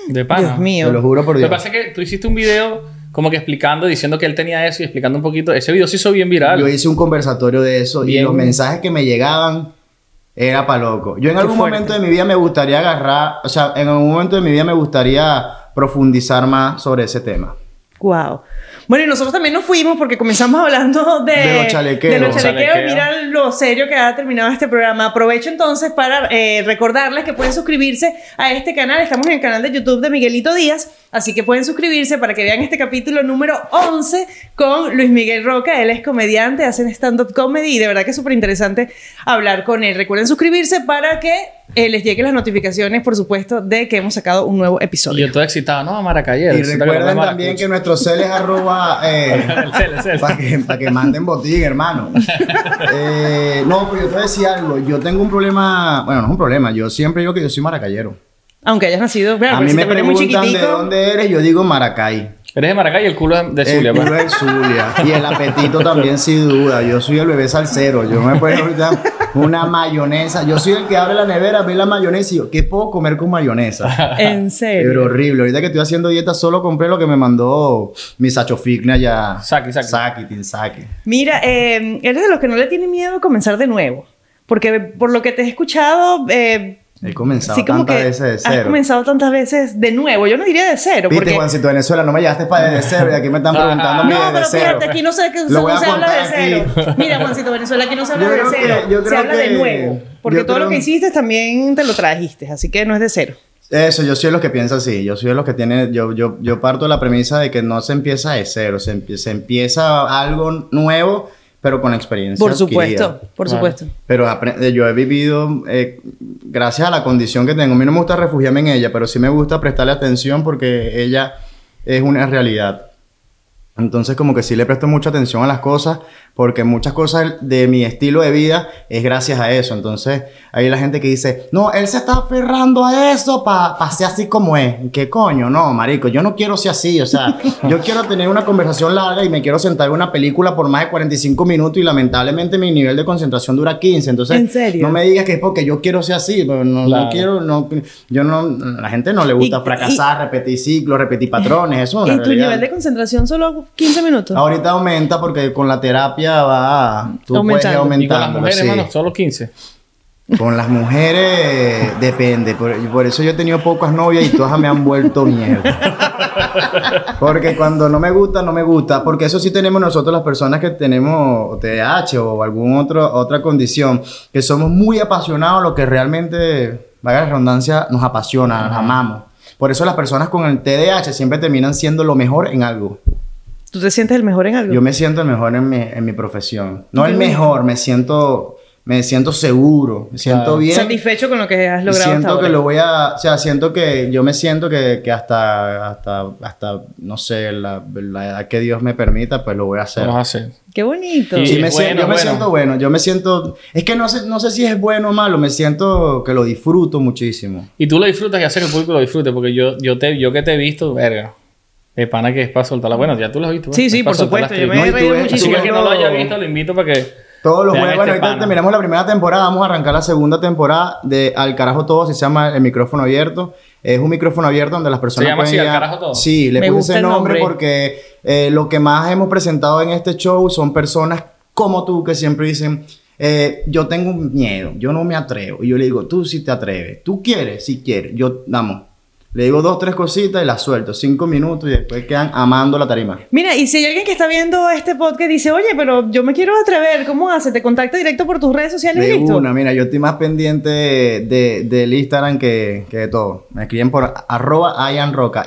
C: De pana.
A: Dios mío.
B: te lo juro por
C: Lo que
B: Dios.
C: pasa es que tú hiciste un video como que explicando, diciendo que él tenía eso y explicando un poquito. Ese video se hizo bien viral.
B: Yo hice un conversatorio de eso
C: Bien.
B: y los mensajes que me llegaban era pa' loco. Yo en
A: Qué
B: algún
A: fuerte.
B: momento de mi vida me gustaría agarrar, o sea, en algún momento de mi vida me gustaría profundizar más sobre ese tema.
A: Wow. Bueno, y nosotros también nos fuimos porque comenzamos hablando de,
B: De los chalequeos.
A: de los chalequeos.
C: Chalequeo.
A: Mira lo serio que ha terminado este programa. Aprovecho entonces para eh, recordarles que pueden suscribirse a este canal. Estamos en el canal de YouTube de Miguelito Díaz, así que pueden suscribirse para que vean este capítulo número 11 con Luis Miguel Roca. Él es comediante, hacen stand-up comedy y de verdad que es súper interesante hablar con él. Recuerden suscribirse para que eh, les lleguen las notificaciones, por supuesto, de que hemos sacado un nuevo
C: Y
A: episodio.
C: yo todo excitado, no, Maracayero.
B: Y recuerden también que nuestro cel es arroba... Eh, para que, pa' que manden botín, hermano. Eh, no, pero yo te voy a decir algo. Yo tengo un problema... Bueno, no es un problema. Yo siempre digo que yo soy maracayero.
A: Aunque hayas nacido, claro,
B: a
A: pero
B: mí
A: si
B: me
A: te pones muy
B: preguntan de
A: chiquitico-
B: dónde eres, yo digo Maracay.
C: Eres de Maracay y el culo es de Zulia.
B: El
C: pues.
B: culo es Zulia. Y el apetito también, sin duda. Yo soy el bebé salsero. Yo me puedo ahorita una mayonesa. Yo soy el que abre la nevera, ve la mayonesa y yo, ¿qué puedo comer con mayonesa?
A: En serio.
B: Pero horrible. Ahorita que estoy haciendo dieta, solo compré lo que me mandó mi Sacho Figna ya.
C: Saki, Saki.
B: Saki, Tin Saki.
A: Mira, eh, eres de los que no le tiene miedo a comenzar de nuevo. Porque por lo que te he escuchado, eh,
B: He comenzado
A: sí como
B: tantas
A: que
B: veces de
A: has
B: cero.
A: comenzado tantas veces de nuevo. Yo no diría de cero.
B: Viste,
A: porque...
B: Juancito, Venezuela, no me llevaste para desde cero y aquí me están
C: Ah,
B: preguntando a mí
A: no,
B: desde
A: pero
B: cero.
A: fíjate, aquí no se, que-
B: Lo
A: no
B: voy a
A: se habla de
B: contar
A: cero.
B: aquí.
A: Mira, Juancito, Venezuela, aquí no se
B: Yo
A: habla de
B: creo que-
A: cero.
B: yo
A: se
B: creo
A: habla de
B: que-
A: nuevo. Porque
B: yo
A: todo lo
B: creo-
A: que hiciste también te lo trajiste. Así que no es de cero.
B: Eso, yo soy de los que piensa así. Yo soy de los que tiene. Yo, yo, yo parto de la premisa de que no se empieza de cero, se, empie- se empieza algo nuevo, pero con la experiencia.
A: Por supuesto,
B: adquirida.
A: por
C: Claro.
A: supuesto.
B: Pero apre- yo he vivido, eh, gracias a la condición que tengo, a mí no me gusta refugiarme en ella, pero sí me gusta prestarle atención porque ella es una realidad. Entonces como que sí le presto mucha atención a las cosas porque muchas cosas de mi estilo de vida es gracias a eso. Entonces hay la gente que dice, no, él se está aferrando a eso para ser así como es. ¿Qué coño? No, marico, yo no quiero ser así. O sea, yo quiero tener una conversación larga y me quiero sentar en una película por más de 45 minutos y lamentablemente mi nivel de concentración dura 15. Entonces
A: ¿En serio?
B: no me digas que es porque yo quiero ser así. pero No, no
C: Claro.
B: quiero, no, yo no, la gente no le gusta
A: Y-
B: fracasar, repetir ciclos, repetir patrones. Eso es una
A: ¿Y tu
B: realidad.
A: nivel de concentración solo 15 minutos?
B: Ahorita aumenta porque con la terapia va. Tú
A: Aumentando.
B: puedes
C: Y
B: ir
C: con las
B: aumentando.
C: mujeres,
B: sí.
C: hermano, solo 15.
B: Con las mujeres depende. Por, por eso yo he tenido pocas novias y todas me han vuelto mierda. Porque cuando no me gusta, no me gusta. Porque eso sí tenemos nosotros las personas que tenemos TDAH o alguna otra condición. Que somos muy apasionados a lo que realmente, valga la redundancia, nos apasiona, nos amamos. Por eso las personas con el TDAH siempre terminan siendo lo mejor en algo.
A: ¿Tú te sientes el mejor en algo?
B: Yo me siento el mejor en mi, en mi profesión. No el mejor, me siento, me siento seguro, me siento
C: Claro.
B: bien.
A: Satisfecho con lo que has
B: Y
A: logrado hasta
B: siento que
A: ahora.
B: lo voy a, o sea, siento que yo me siento que, que hasta, hasta, hasta, no sé, la, la edad que Dios me permita, pues lo voy a hacer.
C: Vamos a hacer.
A: Qué bonito.
C: Y-
B: Sí, me
C: bueno,
B: sien- yo me
C: bueno.
B: siento bueno, yo me siento, es que no sé, no sé si es bueno o malo, me siento que lo disfruto muchísimo.
C: Y tú lo disfrutas y hacer que el público lo disfrute, porque yo, yo, te, yo que te he visto, verga. De pana que es para soltarla. Bueno, ya tú lo has visto.
A: Sí,
C: ¿eh?
A: sí,
C: Es
A: por
C: para soltar
A: supuesto.
C: las
A: Yo me
B: No,
A: he
B: y tú
A: reído
B: ves-
C: tripas. Así
A: muchísimo.
C: que el que no lo haya
B: Yo-
C: visto, lo invito para que.
B: Todos los jueves,
C: Vean este
B: bueno, ahorita
C: pana.
B: terminamos la primera temporada, vamos a arrancar la segunda temporada de Al Carajo Todo, se llama El Micrófono Abierto. Es un micrófono abierto donde las personas
C: llama
B: pueden
C: así, Al
B: ir a-
C: Carajo Todo?
B: Sí, le
A: Me
B: puse
A: gusta
B: ese
A: el
B: nombre,
A: nombre.
B: porque eh, lo que más hemos presentado en este show son personas como tú que siempre dicen, eh, yo tengo miedo, yo no me atrevo. Y yo le digo, tú sí te atreves, tú quieres, si quieres. Yo, vamos, le digo dos, tres cositas y las suelto, cinco minutos y después quedan amando la tarima.
A: Mira, y si hay alguien que está viendo este podcast y dice, oye, pero yo me quiero atrever, ¿cómo hace? ¿Te contacta directo por tus redes sociales y
B: De
A: listo?
B: una, mira, yo estoy más pendiente de- de- del Instagram que, que de todo. Me escriben por arroba IanRoca,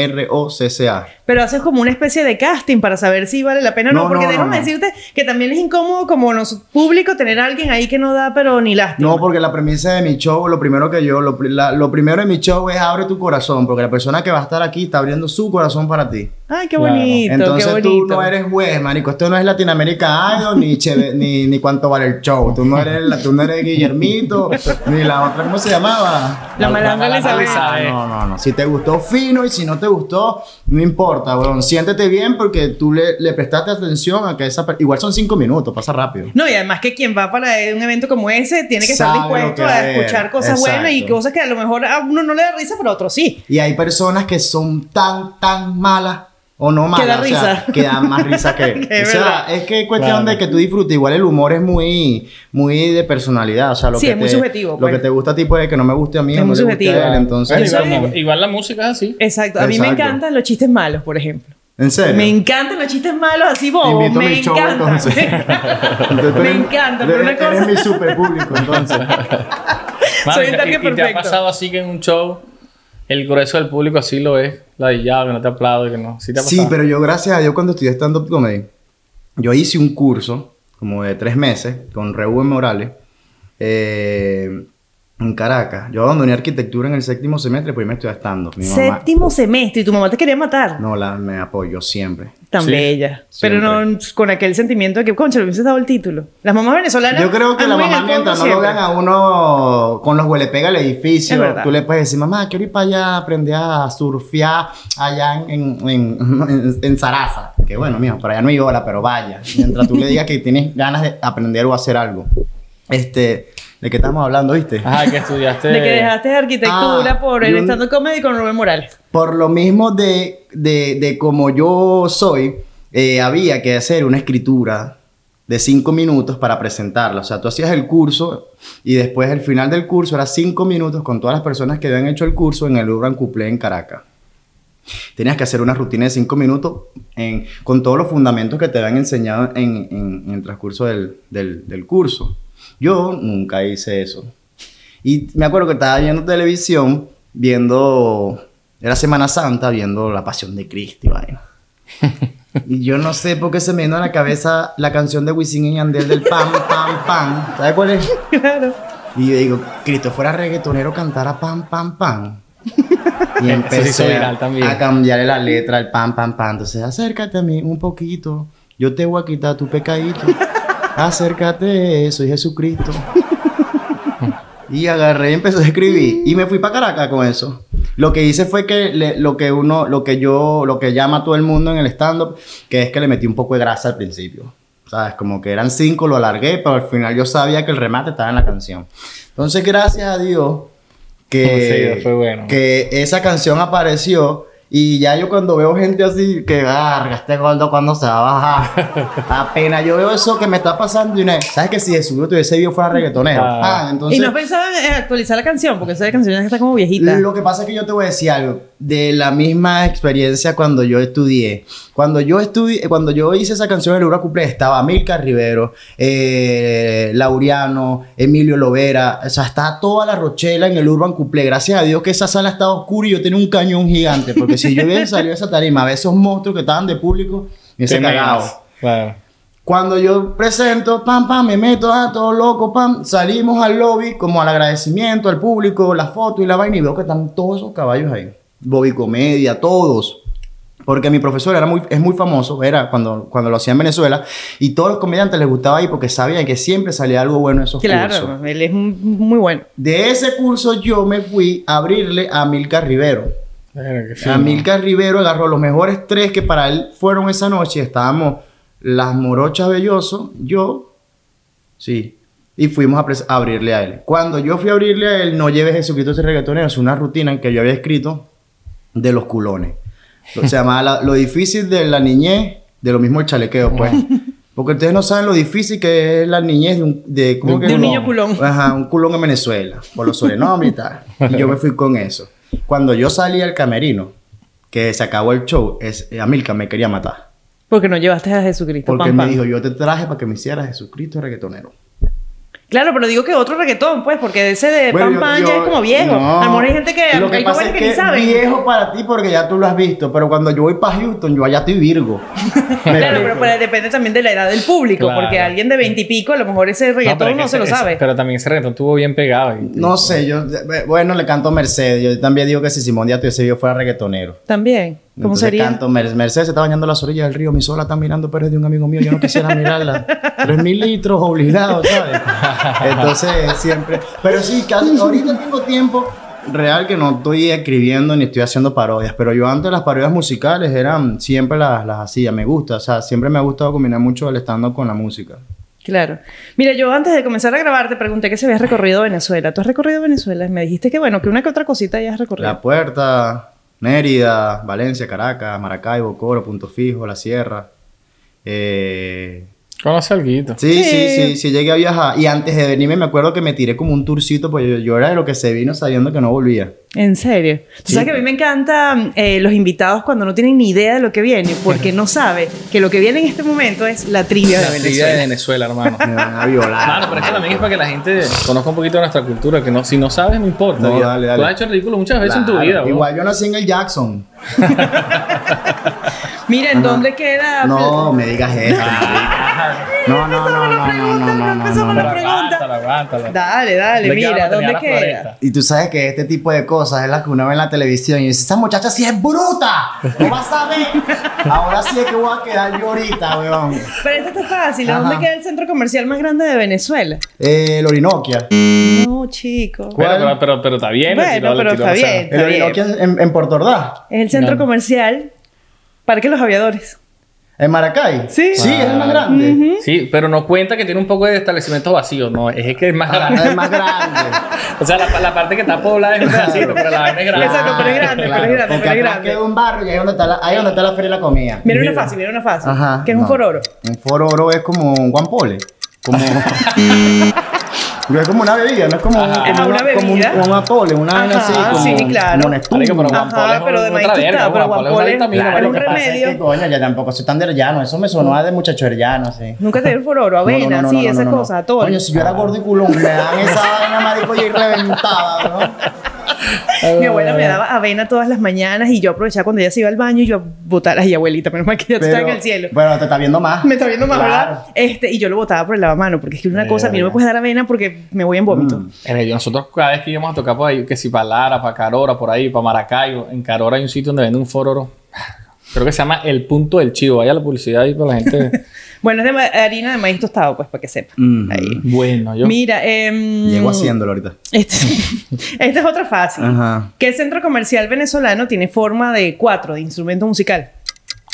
B: I-M-R-O-C-C-A.
A: Pero haces como una especie de casting para saber si vale la pena o no,
B: No,
A: porque
B: no, no,
A: déjame
B: no.
A: decirte que también es incómodo como nos público tener a alguien ahí que no da pero ni lástima.
B: No, porque la premisa de mi show, lo primero que yo, lo, pri- la- lo primero de mi show es abre tu corazón, porque la persona que va a estar aquí está abriendo su corazón para ti.
A: Ay, qué
C: Claro.
A: bonito, qué
B: Entonces
A: bonito.
B: tú no eres juez, marico. Esto no es Latinoamérica Idol, ni, cheve- ni, ni cuánto vale el show. Tú no eres, la- tú no eres Guillermito, ni la otra, ¿cómo se llamaba?
A: La malanga
C: la-
A: le sabe.
C: la- la-
B: Ah, No, no, no. Si te gustó fino y si no te gustó, no importa, weón. Siéntete bien porque tú le, le prestaste atención a que esa... per- Igual son cinco minutos, pasa rápido.
A: No, y además que quien va para un evento como ese tiene que estar
B: Sabe
A: dispuesto
B: lo que
A: a
B: ver,
A: escuchar cosas
B: exacto.
A: buenas y cosas que a lo mejor a uno no le da risa, pero a otro sí.
B: Y hay personas que son tan, tan malas o no
A: Que
B: malas.
A: da
B: o sea,
A: risa.
B: que dan más risa que...
A: Que es
B: o sea,
A: verdad.
B: es que es cuestión
C: Claro.
B: de que tú disfrutes. Igual el humor es muy, muy de personalidad. O sea, lo
A: Sí,
B: que
A: es muy
B: te-
A: subjetivo,
B: Lo
A: pues.
B: que te gusta a ti puede que no me guste a mí.
A: Es
B: o no
A: muy
B: le guste a
A: subjetivo.
B: él, entonces...
A: Yo soy-
C: Bueno, Pues, igual, igual la música es así.
A: Exacto. A mí me
B: Exacto.
A: encantan los chistes malos, por ejemplo.
B: ¿En serio?
A: Me encantan los chistes malos así bobos.
B: Invito a
A: Oh, Me
B: mi show,
A: encantan.
B: entonces. Entonces, tú
A: me
B: eres-
A: encanta, pero
B: eres-
A: una cosa.
B: Eres mi super público, entonces.
C: Mano,
A: Soy un
C: y-
A: tanque
C: y, y te ha
A: perfecto.
C: pasado así que en un show el grueso del público así lo es, ladillado, que no te aplaude, que no. Sí, te ha
B: Sí,
C: pasado?
B: pero yo, gracias a Dios, cuando estudié stand-up comedy, yo hice un curso como de tres meses con Reuben Morales eh, en Caracas. Yo abandoné arquitectura en el séptimo semestre, pues yo me estudié stand-up. Mi mamá-
A: Séptimo semestre y tu mamá te quería matar.
B: No, la, me apoyó siempre.
A: Tan
C: Sí,
A: bella.
B: siempre.
A: Pero no con aquel sentimiento de que, concha, le hubiese dado el título. Las mamás venezolanas.
B: Yo creo que la
A: andan en
B: mamá,
A: el
B: mientras no
A: fondo
B: lo vean
A: siempre.
B: a uno con los huelepega al
A: Es
B: edificio,
A: verdad.
B: tú le puedes decir, mamá, quiero ir para allá, aprender a surfear allá en, en, en- en Sarasa. Que bueno, mijo, para allá no hay hora, pero vaya. Mientras tú le digas que tienes ganas de aprender o hacer algo. Este, ¿de qué estamos hablando, viste?
A: Ah,
C: Ajá, que estudiaste.
A: De que dejaste arquitectura
B: Ah,
A: por
B: y
A: el
B: un-
A: stand-up comedy con Rubén Morales.
B: Por lo mismo de, de, de como yo soy, eh, había que hacer una escritura de cinco minutos para presentarla. O sea, tú hacías el curso y después el final del curso era cinco minutos con todas las personas que habían hecho el curso en el Urban Cuplé en Caracas. Tenías que hacer una rutina de cinco minutos en- con todos los fundamentos que te habían enseñado en, en- en el transcurso del, del- del curso. Yo nunca hice eso. Y me acuerdo que estaba viendo televisión, viendo. Era Semana Santa, viendo La Pasión de Cristo y vaina. Y yo no sé por qué se me vino a la cabeza la canción de Wisin y Yandel del pam, pam, pam. ¿Sabes cuál es?
A: Claro.
B: Y yo digo, Cristo fuera reggaetonero cantara pam, pam, pam. Y
C: Eso se
B: empecé
C: hizo viral
B: a,
C: también.
B: a cambiarle la letra al pam, pam, pam. Entonces, acércate a mí un poquito. Yo te voy a quitar tu pecadito. Acércate, soy Jesucristo. Y agarré y empecé a escribir. Y me fui para Caracas con eso. Lo que hice fue que le- lo que uno, lo que yo, lo que llama todo el mundo en el stand-up, que es que le metí un poco de grasa al principio. ¿Sabes? Como que eran cinco, lo alargué, pero al final yo sabía que el remate estaba en la canción. Entonces, gracias a Dios que,
C: Sí, fue bueno.
B: que esa canción apareció. Y ya yo cuando veo gente así, que garga, este gordo cuando se va a bajar. Apenas yo veo eso que me está pasando y una vez, ¿sabes que si Jesucristo hubiese vivo fuera reggaetonero?
C: Ah.
B: Ah, entonces...
A: y no pensaban en actualizar la canción, porque esa canción ya está como viejita.
B: Lo que pasa es que yo te voy a decir algo de la misma experiencia cuando yo estudié. Cuando yo estudié, eh, cuando yo hice esa canción de Lura Cuplé, estaba Milka Rivero, eh, Laureano, Emilio Lovera, o sea, está toda la Rochela en el Urban Cuplé. Gracias a Dios que esa sala estaba oscura y yo tenía un cañón gigante, porque si yo hubiera salido a esa tarima a ver esos monstruos que estaban de público, me hubiese
C: Te
B: cagado.
C: meas. Claro.
B: Cuando yo presento, pam, pam, me meto, ah, todo loco, pam, salimos al lobby como al agradecimiento al público, las fotos y la vaina, y veo que están todos esos caballos ahí. Bobby Comedia, todos. Porque mi profesor era muy, es muy famoso, era cuando, cuando lo hacía en Venezuela, y todos los comediantes les gustaba ahí porque sabían que siempre salía algo bueno de esos cursos.
A: Claro, él es un- muy bueno.
B: De ese curso yo me fui a abrirle a Milka Rivero.
C: Claro, qué fino.
B: Amilcar Rivero agarró los mejores tres que para él fueron esa noche. Estábamos las morochas Belloso, yo, sí. Y fuimos a, pres- a abrirle a él. Cuando yo fui a abrirle a él, no lleve Jesucristo ese reggaetonero. Es una rutina que yo había escrito de los culones. Se llamaba la- Lo difícil de la niñez, de lo mismo el chalequeo, pues. Porque ustedes no saben lo difícil que es la niñez de un, de, ¿cómo
C: De un
B: que?
A: De un niño culón.
B: Ajá, un culón en Venezuela, por los sobrenombres y tal. Y yo me fui con eso. Cuando yo salí al camerino, que se acabó el show, es, eh, Amilcar me quería matar.
A: Porque no llevaste a Jesucristo.
B: Porque
A: pam,
B: él me
A: pam.
B: dijo, yo te traje para que me hicieras Jesucristo reggaetonero.
A: Claro, pero digo que otro reggaetón, pues, porque ese de
B: Bueno,
A: Pam
B: yo-
A: Pam
B: yo-
A: ya es como viejo.
B: no.
A: A lo mejor hay gente que,
B: Lo que
A: hay
B: pasa
A: jóvenes
B: es
A: que,
B: que
A: ni saben.
B: viejo para ti porque ya tú lo has visto. Pero cuando yo voy para Houston, yo allá estoy virgo. Me
A: Claro,
B: explico.
A: pero, pues, depende también de la edad del público,
C: Claro.
A: porque alguien de veintipico, a lo mejor ese
C: No, pero
A: reggaetón
C: es
A: no,
C: que
A: se
C: ese-
A: lo
C: ese-
A: sabe.
C: Pero también ese reggaetón estuvo bien pegado. y-
B: No sé, yo... Bueno, le canto a Mercedes. Yo también digo que si Simón Díaz tuviese vivo fuera reggaetonero.
A: También. ¿Cómo
B: Entonces
A: sería?
B: canto, Mer- Mercedes se está bañando a las orillas del río, mi sola está mirando pero es de un amigo mío, yo no quisiera mirarla. Tres mil litros obligado, ¿sabes? Entonces siempre... Pero sí, casi ahorita tengo tiempo real que no estoy escribiendo ni estoy haciendo parodias, pero yo antes las parodias musicales eran siempre las, las hacía, me gusta, o sea, siempre me ha gustado combinar mucho el stand-up con la música.
A: Claro. Mira, yo antes de comenzar a grabar te pregunté que si habías recorrido Venezuela. ¿Tú has recorrido Venezuela? Me dijiste que bueno, que una que otra cosita ya has recorrido.
B: La Puerta, Mérida, Valencia, Caracas, Maracaibo, Coro, Punto Fijo, La Sierra. Eh,
C: Conoce algo.
B: Sí, sí,
A: Sí.
B: sí, sí, llegué a viajar. Y antes de venirme, me acuerdo que me tiré como un tourcito, pues yo, yo era de lo que se vino sabiendo que no volvía.
A: En serio. Tú
B: Sí.
A: sabes que a mí me encantan eh, los invitados cuando no tienen ni idea de lo que viene, porque no sabe que lo que viene en este momento es la trivia
C: La
A: de
C: trivia de
A: Venezuela.
C: Venezuela, hermano.
B: Me van a violar.
C: Claro, pero es que también es para que la gente conozca un poquito de nuestra cultura, que no, si no sabes, no importa.
B: No,
C: ya.
B: dale, dale.
C: Tú has hecho el ridículo muchas veces en tu
B: Claro,
C: vida, bro.
B: Igual yo nací en el Jackson.
A: Mira, ¿en dónde queda?
B: No me digas eso. Ah, No, no, no, no, no, no, no, no,
A: Empezamos la
B: no,
C: Pero
B: no.
A: pregunta.
C: aguántalo, aguántalo.
A: Dale, dale,
C: ¿Dónde
A: mira,
C: queda la
A: ¿dónde
C: Batería de la
A: queda?
C: Floresta?
B: Y tú sabes que este tipo de cosas es las que uno ve en la televisión y dice, esa muchacha sí es bruta, no vas a ver. Ahora sí es que voy a quedar yo ahorita, weón.
A: Pero esto está fácil. ¿a ¿Dónde
B: Ajá.
A: queda el centro comercial más grande de Venezuela?
B: Eh, el Orinoquia.
A: No, chico.
C: Bueno, pero, pero, pero está bien. le
A: Bueno,
C: tiró- le
A: pero
C: tiró
A: está
C: la
A: bien.
C: cena.
B: El Orinoquia en, en Puerto Ordaz,
A: Es el centro
C: No.
A: comercial Parque Los Aviadores.
B: en Maracay.
A: Sí.
B: Sí, es
C: Ah.
B: el más grande.
C: Sí, pero no cuenta que tiene un poco de establecimientos vacíos, no, es que es más
B: Ah,
C: grande.
B: es más grande.
C: O sea, la, la parte que está poblada es un pedacito, pero la vaina es grande.
A: Exacto, pero es grande, pero es grande,
B: Porque
A: pero es
B: atrás
A: grande.
B: queda un barrio y ahí es donde está la, ahí es donde está la feria y la comida.
A: Mira, una fácil, mira una fácil.
B: Ajá.
A: que es un
B: no.
A: fororo.
B: Un fororo es como un guampole. Como. Pero es como una bebida, no es como, un-
C: Ajá.
B: como
A: Ah, una
B: como un,
A: bebida.
B: un atole, una vaina
A: Ajá, Ah,
B: así. Como,
A: sí, claro.
B: Como un
C: Marico,
B: espuma.
C: pero Guampol es
A: Ajá, pero de
C: otra
A: maíz
C: verga,
A: tostado, pero
C: Guampol es una
A: guampol es
C: vitamina,
A: claro,
B: Claro,
A: es
B: lo
A: un
B: que pasa es que,
A: remedio.
B: coño, ya tampoco soy tan de llano. Eso me sonaba de muchacho de llano, sí.
A: Nunca te dio el fororo, avena,
B: No, no, no,
A: sí,
B: no, no,
A: esas
B: no, no.
A: cosas, todo.
B: Coño, si yo era gordo y culón, me dan esa vaina, marico, y reventaba, ¿no?
A: Mi abuela me daba avena todas las mañanas y yo aprovechaba cuando ella se iba al baño y yo botaba. Ay, abuelita, menos mal que ya tú estás en el cielo.
B: Bueno, te está viendo más.
A: Me está viendo más,
B: Claro.
A: ¿verdad? Este, y yo lo botaba por el lavamano, porque es que una cosa, a mí no me
B: Verga.
A: puedes dar avena porque me voy en vómito.
B: Mm.
C: En el- nosotros cada vez que íbamos a tocar por ahí, que si para Lara, para Carora, por ahí, para Maracaibo, en Carora hay un sitio donde venden un fororo. Creo que se llama El Punto del Chivo. Vaya la publicidad ahí para la gente.
A: Bueno, es de ma- harina de maíz tostado, pues, para que sepa.
B: Ujú.
A: Ahí.
C: bueno, yo.
A: Mira, em,
B: Mm, Llego Ah. haciéndolo ahorita.
A: Este- esta es otra fácil.
B: Ajá.
A: ¿Qué centro comercial venezolano tiene forma de cuatro, de instrumento musical?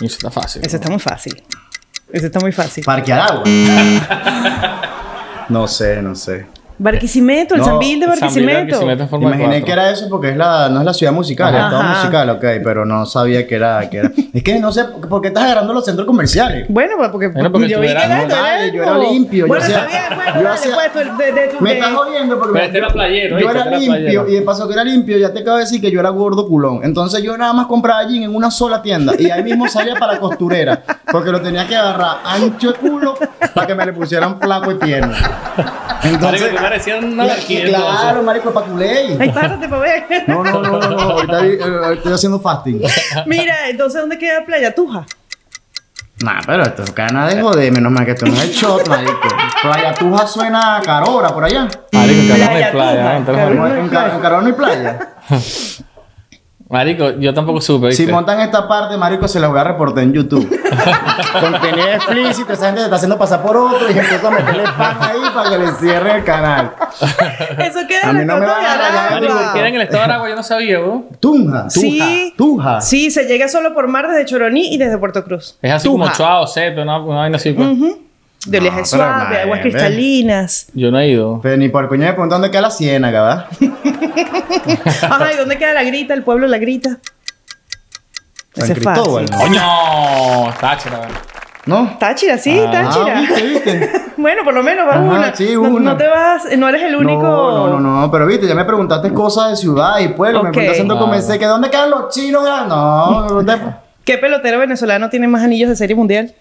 C: Eso está fácil.
A: Eso está muy fácil. Eso está muy fácil.
B: Parque Aragua. no sé, no sé.
A: Barquisimeto, el
B: No,
A: San Bill de
C: San Miguel de
A: Barquisimeto.
C: Barquisimeto en forma de
B: Imaginé
C: cuatro.
B: que era eso porque es la, no es la ciudad musical,
A: Ajá.
B: es todo
A: Ajá.
B: musical, ok, pero no sabía que era, que era. Es que no sé por qué estás agarrando los centros comerciales.
A: Bueno, pues porque,
C: Bueno, porque
A: yo
C: tú
A: vi que
C: eras
A: era,
C: muy
B: mal, yo era
A: como-
B: limpio, yo
A: Bueno,
B: hacía-
A: está bien, bueno,
B: yo
A: dale,
B: hacía-
A: pues, tú- de- de tu-
B: Me
A: de-
B: estás jodiendo porque
C: Pero este era playero,
B: yo
C: ¿viste?
B: era
C: Este era
B: limpio
C: playero.
B: y de paso que era limpio, ya te acabo de decir que yo era gordo culón. Entonces yo nada más compraba jean en una sola tienda y ahí mismo salía para costurera porque lo tenía que agarrar ancho de culo para que me le pusieran flaco y pierna.
C: Marico,
B: Entonces,
C: tú parecías una
B: Pues
C: anarquía, entonces.
B: claro, marico, para
A: Ay, párate para ver.
B: No, no, no, no, no, ahorita eh, estoy haciendo fasting.
A: Mira, entonces, ¿dónde queda Playa Tuja?
B: Nah, pero esto es cana de joder, menos mal que esto no es shot, marico. Playa Tuja suena a Carora por allá.
C: Marico, que hablamos
A: Playa,
C: de playa.
A: tuja,
C: ¿eh? Entonces,
A: cabrón.
B: Como en, Car- en Carora no hay playa.
C: Marico, yo tampoco supe. ¿viste?
B: Si montan esta parte, marico, se la voy a reportar en YouTube. Contenido explícito, esa gente se está haciendo pasar por otro y empieza a meterle pan ahí para que le cierre el canal.
A: Eso queda
B: A
A: en
B: mí
A: el
B: no me
A: Coto de
B: van a rayar,
A: Aragua.
C: Marico, queda en el estado de Aragua, yo no sabía, ¿vos?
B: Tunja, Tunja,
A: Sí.
B: Tunja.
A: Sí, se llega solo por mar desde Choroní y desde Puerto Cruz.
C: Es así como
A: Tuja.
C: Chuao, Sepe, una, una vaina así. pues.
A: Ujú. De
B: No,
A: oleaje
B: pero
A: suave, aguas
B: madre,
A: cristalinas.
C: Yo no he ido.
B: Pero ni por coño me preguntan dónde queda la ciénaga, ¿verdad?
A: Ajá, ¿y dónde queda la grita? El pueblo la grita.
B: San
A: Ese es
B: Cristóbal.
A: fácil.
C: ¡Coño! Está chera,
B: ¿No?
A: Táchira, sí,
B: Ah,
A: Táchira.
B: ¿viste, viste?
A: Bueno, por lo menos vas
B: Ajá,
A: una.
B: sí,
A: No- No,
B: una.
A: te vas, no eres el único.
B: No, no, no, no, pero viste, ya me preguntaste cosas de ciudad y pueblo, me
A: Ok.
B: preguntaste centro
C: Claro.
B: comercial, que dónde quedan los chinos, Ah, no, ¿dónde?
A: ¿Qué pelotero venezolano tiene más anillos de serie mundial?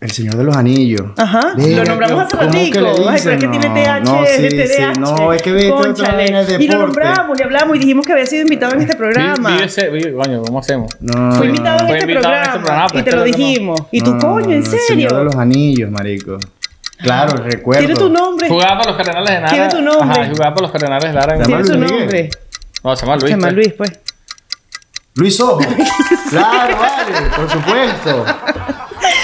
B: El Señor de los Anillos.
A: Ajá,
B: Verga,
A: lo nombramos hace
B: ¿cómo que
A: ratico.
B: le
A: Ay,
B: dicen?
A: pero es que tiene
B: No,
A: TH,
B: no, sí,
A: TDH.
B: sí, no, es que viste otra
A: Cónchale.
B: vaina de
A: Y lo
B: deporte.
A: nombramos, le hablamos y dijimos que había sido invitado en este programa.
C: Vive ese, vive, coño, ¿cómo hacemos?
B: No,
A: Fue
B: no,
A: invitado, en,
C: Fue
A: este
C: invitado en
A: programa,
C: este programa,
A: y
C: pero
A: te lo
C: espero que no.
A: dijimos. Y
B: no,
A: tu
B: no,
A: coño,
B: no,
A: ¿en
B: El Señor de
A: serio?
B: los Anillos, marico. Claro, recuerdo.
A: Tiene tu nombre.
C: Jugaba para los Cardenales de Lara.
A: Tiene tu nombre.
C: Ajá, jugaba para los Cardenales de Lara.
B: Llama
A: Tiene
C: En...
B: Luis
A: tu
B: Miguel.
A: nombre.
C: No, se llama Luis.
A: Se llama
C: pues.
A: Luis, pues.
B: Luis Ojo. claro, vale, por supuesto.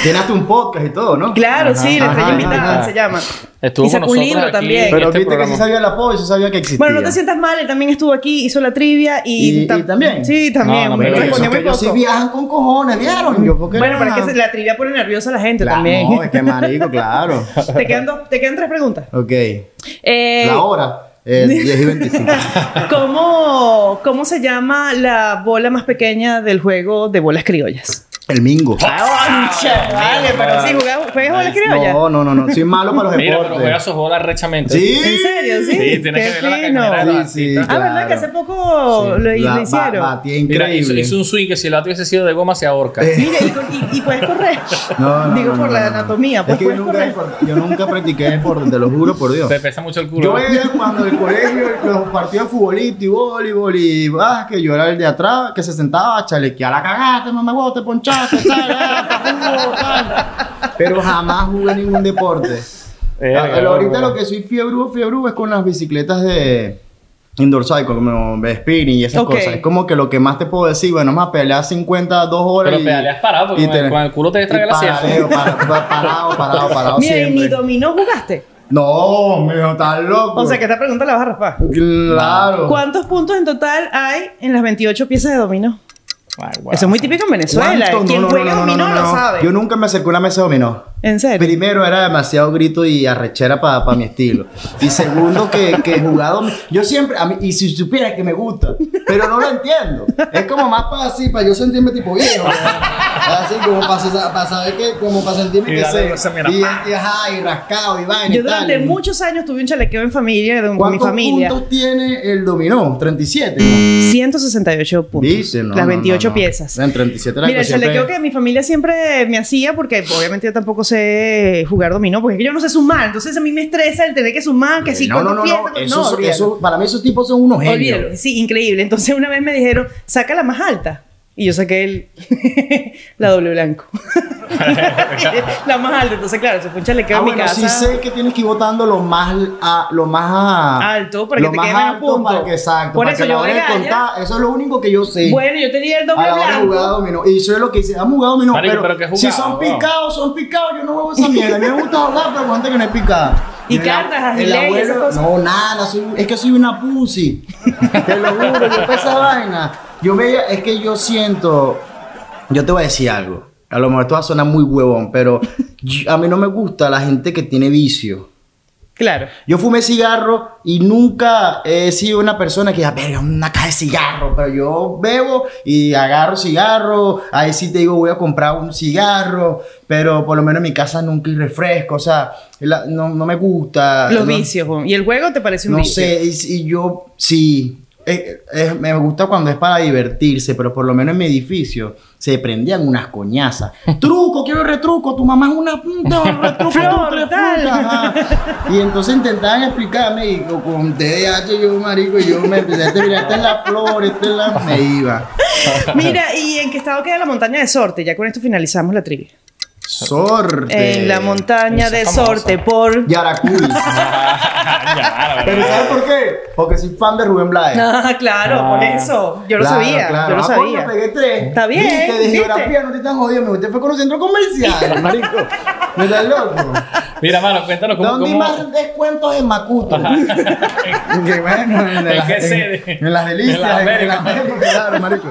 B: Llenaste un podcast y todo, ¿no?
A: Claro,
C: Ajá,
A: sí, la estrella
B: ajá,
A: invitada
C: ajá.
A: se llama.
C: Estuvo
A: y
C: con
A: sacó un
C: nosotros
A: libro
C: aquí.
A: también.
B: Pero
C: este
B: viste que
C: programa.
B: sí sabía el apoyo, sí sabía que existía.
A: Bueno, no te sientas mal, él también estuvo aquí, hizo la trivia y,
B: Y- y también.
A: Sí, también.
C: No, no,
A: hombre,
C: pero
A: respondió
B: Eso,
A: muy
B: que ellos sí
A: poco.
B: viajan con cojones, ¿vieron? Yo, ¿por qué
A: Bueno,
B: no?
A: pero es que se- la trivia pone nerviosa a la gente
B: Claro,
A: también.
B: No, es que marico, claro.
A: te, quedan dos- te quedan tres preguntas.
B: Ok.
A: Eh,
B: La hora es 10 y 25.
A: ¿cómo, ¿Cómo se llama la bola más pequeña del juego de bolas criollas?
B: El mingo.
A: Ah,
C: Ah,
A: vale, pero sí, jugaba- juegas bolas criollas.
B: No, no, no, no. Soy malo para los
C: Mira, pero juega
B: deportes.
C: sus bolas rechamente.
B: Sí.
A: ¿En serio? Sí,
C: Sí,
A: Qué
C: tienes que ver la
A: fino.
C: caminera de la
B: Sí, sí,
C: batita.
A: Ah, ¿verdad?
B: Claro.
A: Que hace poco Oh, lo,
B: La
A: lo
B: ba-
A: hicieron.
B: batía
C: Mira, hizo,
B: increíble. Eh,
C: hizo un swing que si la hubiese sido de goma se ahorca.
A: Mira, y, con- y- y puedes correr.
B: No, no,
A: Digo
B: no,
A: por
B: no,
A: la
B: no.
A: anatomía, pues
B: Es que yo
A: puedes
B: nunca,
A: correr.
B: yo nunca practiqué deporte, te lo juro por Dios.
C: Te pesa mucho el
B: Yo
C: culo.
B: era cuando el colegio, los partidos de futbolito y voleibol y básquet, yo era el de atrás que se sentaba a chalequear, la cagaste, mamá, vos te ponchaste, tal, ah, pa' jugo, tal. Pero jamás jugué ningún deporte.
C: Eh,
B: Ah,
C: eh,
B: ahorita
C: bueno.
B: lo que soy fiebrudo, fiebrudo es con las bicicletas de indoor cycle, como spinning y esas
A: Ok.
B: cosas. Es como que lo que más te puedo decir, bueno, más pelear 50, 2 horas.
C: Pero pedaleas parado, porque con el- con el culo te traga la sierra.
B: paraleo, para- pa- Parado, parado, parado
A: Mira, y ni
B: siempre.
A: dominó jugaste.
B: No, mijo, estás loco.
A: O sea que esta pregunta la vas a raspar.
B: Claro.
A: ¿Cuántos puntos en total hay en las 28 piezas de dominó?
C: Ay, guau.
A: Eso es muy típico en Venezuela.
B: ¿Cuánto?
A: Quien
B: No, no,
A: juega
B: no, no,
A: dominó
B: no, no,
A: lo
B: no.
A: sabe.
B: Yo nunca me acerqué a una mesa de dominó.
A: ¿En serio?
B: Primero, era demasiado grito y arrechera para mi estilo. Y segundo, que, que jugado. Yo siempre. A mí, y si supieras que me gusta, pero no lo entiendo. Es como más para así, para yo sentirme tipo viejo. Así como para, sa- para saber que, como para sentirme
C: Y
B: que
C: dale,
B: sé.
C: esa, mira.
B: Y, y ajá, y rascado, y vaina.
A: Yo
B: y tal,
A: durante
B: y-
A: muchos años tuve un chalequeo en familia, de- con mi
B: ¿Cuántos
A: familia.
B: puntos tiene el dominó? 37. ¿no?
A: 168 puntos.
B: Viste, no,
A: las
B: no,
A: 28
B: no, no.
A: piezas.
B: En 37 era
A: Mira, el
B: siempre-
A: chalequeo que mi familia siempre me hacía, porque obviamente yo tampoco sé jugar dominó, porque es que yo no sé sumar, entonces a mí me estresa el tener que sumar, que si
B: Eh, No, no,
A: cuando
B: no,
A: pierdo, pues
B: no. Eso,
A: olvídalo.
B: eso- para mí esos tipos son unos
A: Olvídalo.
B: genios.
A: Sí, increíble. Entonces una vez me dijeron, saca la más alta. Y yo saqué el, la doble blanco. la más alta. Entonces, claro, se fue un chalequeo
B: Ah,
A: en mi
B: bueno, sí
A: casa.
B: sé que tienes que ir votando lo más, a, lo más a-
A: Alto, para que
B: lo
A: te
B: más
A: quede menos
B: alto
A: punto.
B: Para que, exacto,
A: Por
B: para
A: eso
B: que la
A: yo
B: hora de
A: regaña.
B: contar, eso es lo único que yo sé.
A: Bueno, yo tenía el doble
B: a la hora de
A: blanco.
B: jugar dominó. Y eso es lo que dice, vamos a jugar dominó.
C: Marico,
B: pero
C: pero ¿qué jugada,
B: si son
C: weón?
B: picados, son picados. Yo no juego esa mierda. A mí me gusta jugar, pero con gente que no es picada.
A: Y
B: Yo, el ab-
A: cartas,
B: el
A: ajedrez,
B: abuelo-
A: esas cosas.
B: No, nada. soy- es que soy una pussy. Te lo juro, yo pa' esa vaina. Yo veía, es que yo siento. Yo te voy a decir algo. A lo mejor esto va a sonar muy huevón, pero yo- a mí no me gusta la gente que tiene vicio.
A: Claro.
B: Yo fumé cigarro y nunca he sido una persona que diga, verga, una caja de cigarro. Pero yo bebo y agarro cigarro. Ahí sí te digo, voy a comprar un cigarro. Pero por lo menos en mi casa nunca hay refresco. O sea, la- no, no me gusta.
A: Los
B: Ah, no,
A: vicios. Juan. Y el juego te parece un
B: No
A: vicio.
B: sé, y, y yo sí. eh, eh, me gusta cuando es para divertirse, pero por lo menos en mi edificio se prendían unas coñazas. Truco, quiero retruco, tu mamá es una puta, retruco,
A: Flor,
B: tú tres
A: tal.
B: putas, ajá. Y entonces intentaban explicarme, y yo con TDAH yo, marico, y yo me empecé a decir, mira, esta es la flor, esta es la... Me iba.
A: Mira, ¿y en qué estado queda la montaña de Sorte? Ya con esto finalizamos la trivia.
B: Sorte.
A: En la montaña
C: Esa
A: de
C: famosa.
A: Sorte por...
B: Yaracuy.
C: Ya, la
B: pero
C: verdad.
B: ¿sabes por qué? Porque soy fan de Rubén Blades.
A: Ah, claro,
C: Ah,
A: por eso. Yo lo
B: Claro,
A: sabía.
B: claro.
A: Yo lo
B: Ah, coño,
A: sabía.
B: pegué tres.
A: Está bien,
B: Viste, de
A: ¿viste?
B: geografía no te están jodiendo. Usted fue con un centro comercial, marico. Me estás loco.
C: Mira, mano, cuéntanos cómo.
B: ¿Dónde hay
C: cómo-
B: más descuentos en Macuto? que bueno, en,
C: ¿En
B: las-
C: qué
B: en-
C: sede?
B: en las delicias,
C: En las
B: en, en las
C: Américas.
B: Américas, claro, marico.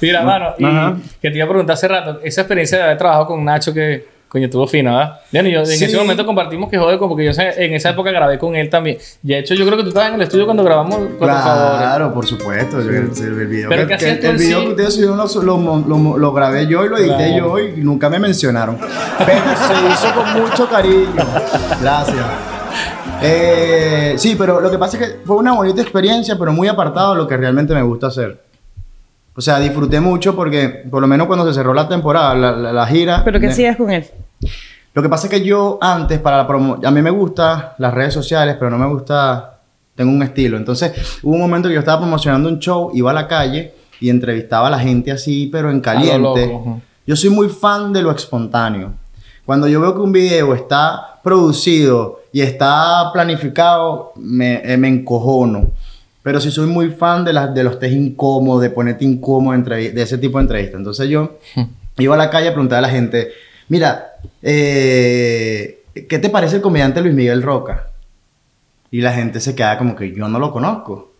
C: Mira, mano, y
B: Ajá.
C: que te iba a preguntar hace rato, esa experiencia de haber trabajado con Nacho que, coño, estuvo fina, ¿verdad? Bueno, yo en
B: Sí.
C: ese momento compartimos que jode, porque yo sé- en esa época grabé con él también. Y de hecho, yo creo que tú estabas en el estudio cuando grabamos Cuatro Favores.
B: Claro, por supuesto. yo- el, el video,
C: Pero ¿qué
B: que,
C: hacías
B: el,
C: tú en
B: video
C: sí?
B: que ustedes subieron lo, lo, lo- lo grabé yo y lo edité yo
C: Claro.
B: y nunca me mencionaron. Pero se hizo con mucho cariño. Gracias. Eh, sí, pero lo que pasa es que fue una bonita experiencia, pero muy apartado de lo que realmente me gusta hacer. O sea, disfruté mucho porque, por lo menos cuando se cerró la temporada, la, la- la gira.
A: Pero ¿qué
B: me-
A: hacías con él?
B: lo que pasa es que yo antes, para la promo a mí me gustan las redes sociales, pero no me gusta, tengo un estilo. Entonces, hubo un momento que yo estaba promocionando un show, iba a la calle y entrevistaba a la gente así, pero en caliente.
C: loco, ajá.
B: Yo soy muy fan de lo espontáneo. Cuando yo veo que un video está producido y está planificado, me, eh, me encojono. Pero sí soy muy fan de, las de los test incómodos, de ponerte incómodo en entrevi- de ese tipo de entrevistas. Entonces yo iba a la calle a preguntar a la gente, mira, eh, ¿qué te parece el comediante Luis Miguel Roca? Y la gente se quedaba como que yo no lo conozco.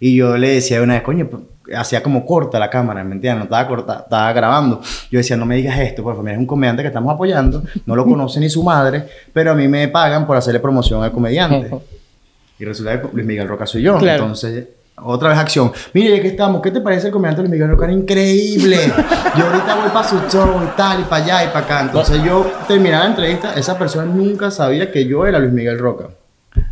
B: Y yo le decía de una vez, coño, hacía como corta la cámara, ¿me entiendes? No estaba corta, estaba grabando. Yo decía, no me digas esto, por favor, mira, es un comediante que estamos apoyando, no lo conoce ni su madre, pero a mí me pagan por hacerle promoción al comediante. Y resulta que Luis Miguel Roca soy yo.
A: Claro.
B: Entonces, otra vez acción. Mire, ya que estamos, ¿qué te parece el comediante Luis Miguel Roca? Era increíble. yo ahorita voy para su show y tal, y para allá y para acá. Entonces, yo terminaba la entrevista, esa persona nunca sabía que yo era Luis Miguel Roca.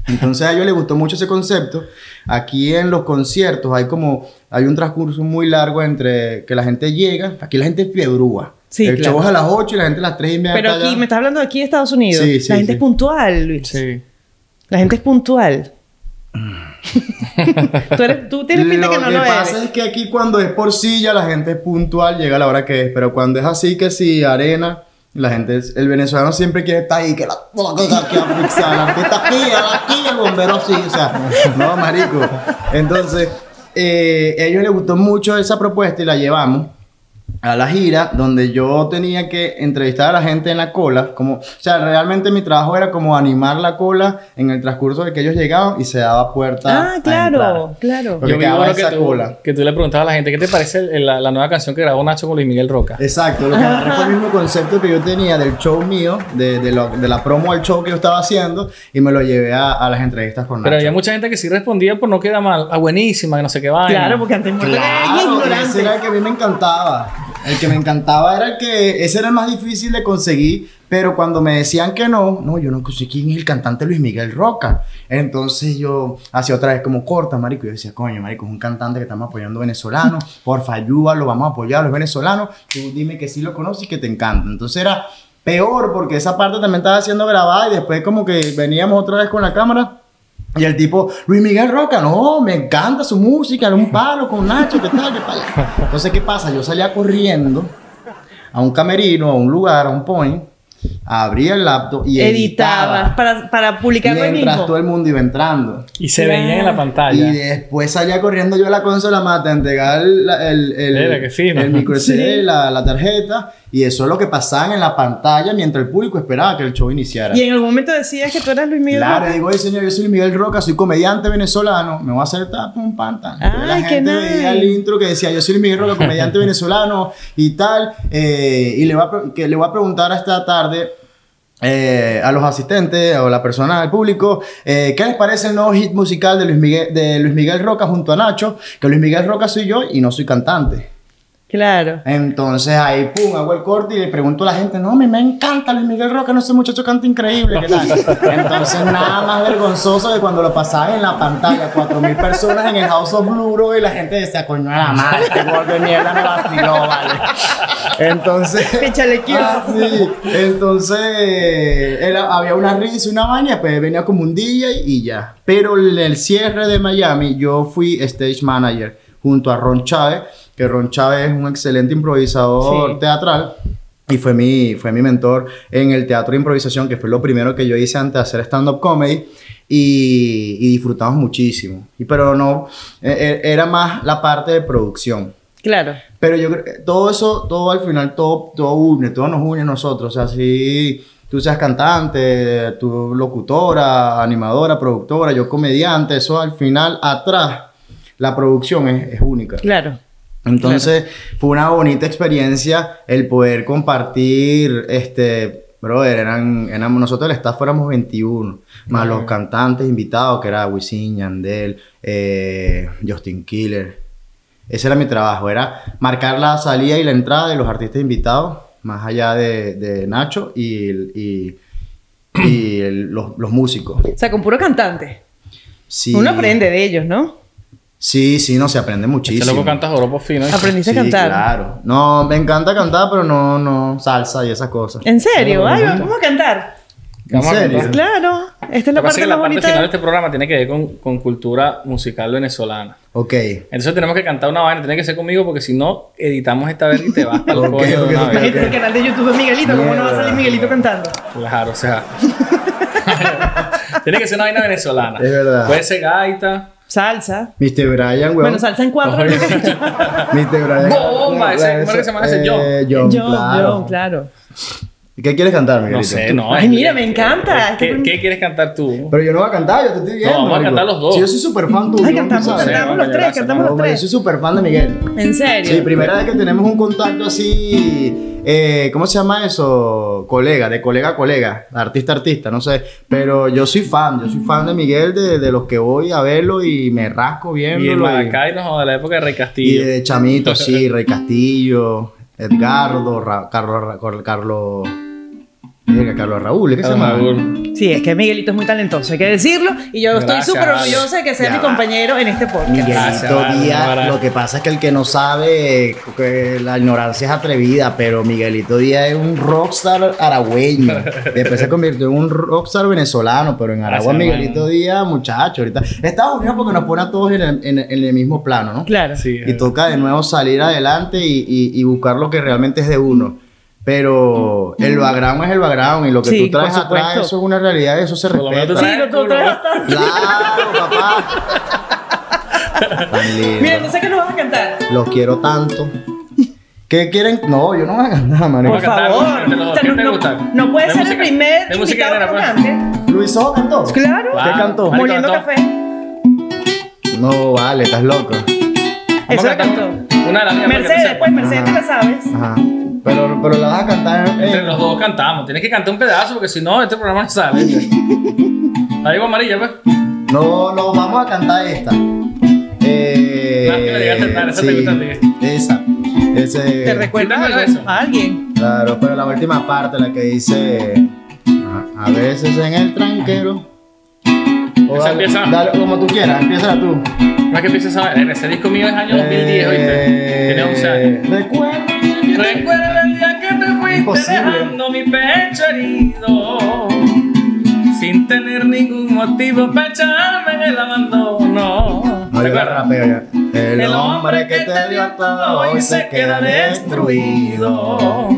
B: Entonces a ellos les gustó mucho ese concepto. Aquí en los conciertos hay como, hay un transcurso muy largo entre que la gente llega, aquí la gente fiebrúa.
A: Sí,
B: el
A: claro.
B: show es a las 8 y la gente a las 3 y media.
A: Pero
B: está
A: aquí,
B: allá.
A: me estás hablando de aquí de Estados Unidos.
B: Sí, sí,
A: la gente
B: sí.
A: es puntual, Luis.
C: Sí.
A: La gente es puntual. tú, eres, tú tienes pinta
B: lo
A: que no lo
B: pasa
A: eres.
B: es que aquí cuando es por silla la gente es puntual, llega a la hora que es, pero cuando es así que si arena, la gente, es- el venezolano siempre quiere estar ahí, que la cosa que afixar, la gente está aquí, la- aquí el bombero sí, o sea, no, marico. Entonces, eh, a ellos les gustó mucho esa propuesta y la llevamos a la gira donde yo tenía que entrevistar a la gente en la cola, como, o sea, realmente mi trabajo era como animar la cola en el transcurso de que ellos llegaban y se daba puerta.
A: Ah,
B: a entrar.
A: claro, claro.
B: Porque
C: Yo vi
B: quedaba
C: uno que
B: esa
C: tú,
B: cola.
C: que tú le preguntabas a la gente, ¿qué te parece el- la, la nueva canción que grabó Nacho con Luis Miguel Roca?
B: Exacto, lo que agarré fue el mismo concepto que yo tenía del show mío, de, de lo- de la promo al show que yo estaba haciendo, y me lo llevé a, a las entrevistas con
C: Pero
B: Nacho.
C: había mucha gente que sí respondía por no queda mal, ah, buenísima, que no sé qué vaina.
A: Claro, porque antes muerto
B: Claro,
A: era
B: ese
A: ignorante.
B: era el que a mí me encantaba. El que me encantaba era el que. Ese era el más difícil de conseguir. Pero cuando me decían que no, no, yo no sé quién es el cantante Luis Miguel Roca. Entonces yo hacía otra vez como corta, marico. Y yo decía, coño, marico, es un cantante que estamos apoyando venezolano. Porfa, ayúdalo, vamos a apoyar a los venezolanos. Tú dime que sí lo conoces y que te encanta. Entonces era peor porque esa parte también estaba siendo grabada y después como que veníamos otra vez con la cámara. Y el tipo, Luis Miguel Roca, no, me encanta su música, era un palo con Nacho, qué tal, qué tal. Entonces, ¿qué pasa? Yo salía corriendo a un camerino, a un lugar, a un point, abría el laptop y editaba.
A: Editaba para, para publicarlo en
B: mientras
A: mismo.
B: todo el mundo iba entrando.
C: Y se veía en la pantalla.
B: Y después salía corriendo yo a la consola mata a entregar el, la- el, el,
C: Mira, qué fino.
B: el micro SD, la, la tarjeta. Y eso es lo que pasaba en la pantalla mientras el público esperaba que el show iniciara.
A: Y en algún momento decías que tú eras Luis Miguel
B: Claro,
A: Roca.
B: digo, "Oye, señor, yo soy Miguel Roca, soy comediante venezolano, me voy a hacer tap un panta. Entonces,
A: Ay,
B: la
A: qué
B: gente
A: nice.
B: veía el intro que decía, yo soy Miguel Roca, comediante venezolano y tal, eh, y le voy, a, pre- que le voy a preguntar esta tarde eh, a los asistentes o la persona del público, eh, ¿qué les parece el nuevo hit musical de Luis, Miguel, de Luis Miguel Roca junto a Nacho? Que Luis Miguel Roca soy yo y no soy cantante.
A: Claro.
B: Entonces ahí, pum, hago el corte y le pregunto a la gente, no, me, me encanta Luis Miguel Roca, no sé, muchacho canta increíble, ¿qué tal? Entonces nada más vergonzoso de cuando lo pasaban en la pantalla, cuatro mil personas en el House of Blue, bro, y la gente decía, coño, a la madre, qué gordo de mierda me vaciló, vale. Entonces...
A: Qué chalequito.
B: Ah, sí. Entonces eh, era- había una risa, una vaina, pues venía como un día y ya. Pero en el cierre de Miami, yo fui stage manager junto a Ron Chávez, que Ron Chávez es un excelente improvisador
A: Sí.
B: teatral. Y fue mi, fue mi mentor en el teatro de improvisación, que fue lo primero que yo hice antes de hacer stand-up comedy. Y, y disfrutamos muchísimo. Y, pero no, eh, eh, era más la parte de producción.
A: Claro.
B: Pero yo creo que todo eso, todo al final, todo, todo une, todo nos une a nosotros. O sea, si tú seas cantante, tú locutora, animadora, productora, yo comediante, eso al final, atrás, la producción es, es única.
A: Claro.
B: Entonces, fue una bonita experiencia el poder compartir, este, brother, eran, eran- nosotros el staff fuéramos 21, más los cantantes invitados, que era Wisin, Yandel, eh, Justin Killer. Ese era mi trabajo, era marcar la salida y la entrada de los artistas invitados, más allá de, de Nacho y, y, y el- los, los músicos.
A: O sea, con puro cantante.
B: Sí,
A: Uno aprende de ellos, ¿no?
B: Sí, sí, no, se aprende
C: Este
B: muchísimo.
C: loco canta joropos finos.
A: Aprendiste
B: Sí,
A: a cantar.
B: Claro. No, me encanta cantar, pero no, no, salsa y esas cosas.
A: ¿En serio? Ay, vamos a cantar.
C: Vamos a
B: serio?
C: cantar.
A: Claro. Esta es
C: Lo
A: la
C: que pasa es
A: parte
C: que la
A: más
C: parte final de
A: bonita.
C: este programa tiene que ver con, con cultura musical venezolana.
B: Ok.
C: Entonces tenemos que cantar una vaina, tiene que ser conmigo porque si no editamos esta verga y te vas para el
B: Ok,
C: coño de
B: ok,
C: una
B: ok.
C: vez.
A: Imagínate el este canal de YouTube de Miguelito. ¿Cómo no va a salir Miguelito cantando?
C: Claro, o sea. tiene que ser una vaina venezolana.
B: Es verdad.
C: Puede ser gaita.
A: Salsa.
B: Mr. Brian,
A: Bueno,
B: weón.
A: salsa en cuatro.
C: Oye.
A: nunca he escuchado.
B: Mr. Brian.
C: Bomba, ese- ¿cómo es que se llama ese?
B: Eh, John,
A: John,
B: claro.
A: John, claro.
B: ¿Y ¿Qué quieres cantar, Miguelito?
C: No sé, no.
A: Ay, mira, me encanta.
C: ¿Qué, qué quieres cantar tú?
B: Pero yo no voy a cantar, yo te estoy viendo.
C: vamos a
B: marico.
C: cantar los dos.
B: Sí, yo soy súper fan tuyo.
A: Ay, cantamos,
B: ¿sabes?
A: cantamos
C: vamos,
A: los tres,
C: gracias,
A: cantamos los
B: Hombre, yo
A: tres.
B: soy súper fan de Miguel.
A: ¿En serio?
B: Sí, primera vez que tenemos un contacto así, eh, ¿cómo se llama eso? Colega, de colega a colega, artista a artista, no sé. Pero yo soy fan, yo soy fan de Miguel, de, de los que voy a verlo y me rasco
C: Y el
B: viéndolo. Y,
C: Maracay, no, de la época de Rey
B: y
C: Castillo.
B: de Chamito, sí, Rey Castillo, Edgardo, Ra- Carlos, Ra- Cor- Carlos, Mira, Carlos Raúl, ¿qué se llama?
C: Raúl.
A: Sí, es que Miguelito es muy talentoso, hay que decirlo. Y yo
C: Gracias,
A: estoy súper
C: vale.
A: orgullosa de que sea
B: Ya
A: mi
B: va.
A: compañero en este podcast.
C: Gracias,
B: Miguelito
C: vale,
B: Díaz,
C: para-
B: lo que pasa es que el que no sabe, que la ignorancia es atrevida, pero Miguelito Díaz es un rockstar aragüeño. Después se convirtió en un rockstar venezolano, pero en Aragua
C: Gracias,
B: Miguelito
C: hermano.
B: Díaz, muchacho, ahorita. Estados Unidos porque nos pone a todos en el, en el- en el mismo plano, ¿no?
A: Claro.
C: Sí,
B: Y toca de nuevo salir adelante y, y- y buscar lo que realmente es de uno. Pero el
C: Mm.
B: background es el background y lo que
A: Sí,
B: tú traes
A: por supuesto.
B: atrás, eso es una realidad, eso se
C: Por lo menos tú
B: respeta.
A: Sí, lo tú traes bastante.
B: Claro, papá. Tan lindo.
A: Mira, no sé qué nos vas a cantar.
B: Los quiero tanto. ¿Qué quieren? No, yo no voy a ganar, marico.
A: Por
C: Vamos a cantar,
A: favor.
C: vamos a cantar los dos.
A: O sea,
C: ¿Qué te
A: no-
C: gusta?
A: No puede
C: ¿De
A: ser el
C: música?
A: primer
C: ¿De música
A: invitado
C: llanera, pues?
A: cantante.
B: ¿Luis O cantó?
A: Claro.
C: Wow.
B: ¿Qué cantó?
C: Marico,
A: Moliendo
C: cantó.
A: café.
B: No, vale, estás loco.
A: Eso
C: Vamos a
A: lo
C: cantar
A: cantó.
C: Una de las mías, para que tú
A: Mercedes,
C: sepas.
A: pues Mercedes te la sabes.
B: Ajá. Pero, pero la vas a cantar. eh. en-
C: Entre los dos cantamos. Tienes que cantar un pedazo porque si no, este programa no sale. Ahí va amarilla, pues.
B: No, no, vamos a cantar esta. Eh,
C: Lástima, llegaste tarde, esa te gusta a ti.
B: Esa. Ese,
A: ¿Te recuerdas
C: ¿Recuerdas
A: algo-
C: eso?
A: a alguien?
B: Claro, pero la última parte, la que dice a, a veces en el tranquero. O
C: Esa
B: dale,
C: empieza.
B: dale como tú quieras, empieza tú.
C: No es que empieces a ver, ese disco mío es año 2010, ¿oíste? Tiene 11
B: Eh.
C: años.
B: Recuerda.
C: Recuerda el día que te fuiste
B: Imposible.
C: dejando mi pecho herido Sin tener ningún motivo para echarme en el abandono
B: No,
C: ¿Te
B: yo la
C: acuerdas?
B: rapeo ya. El hombre que te dio todo hoy se queda destruido.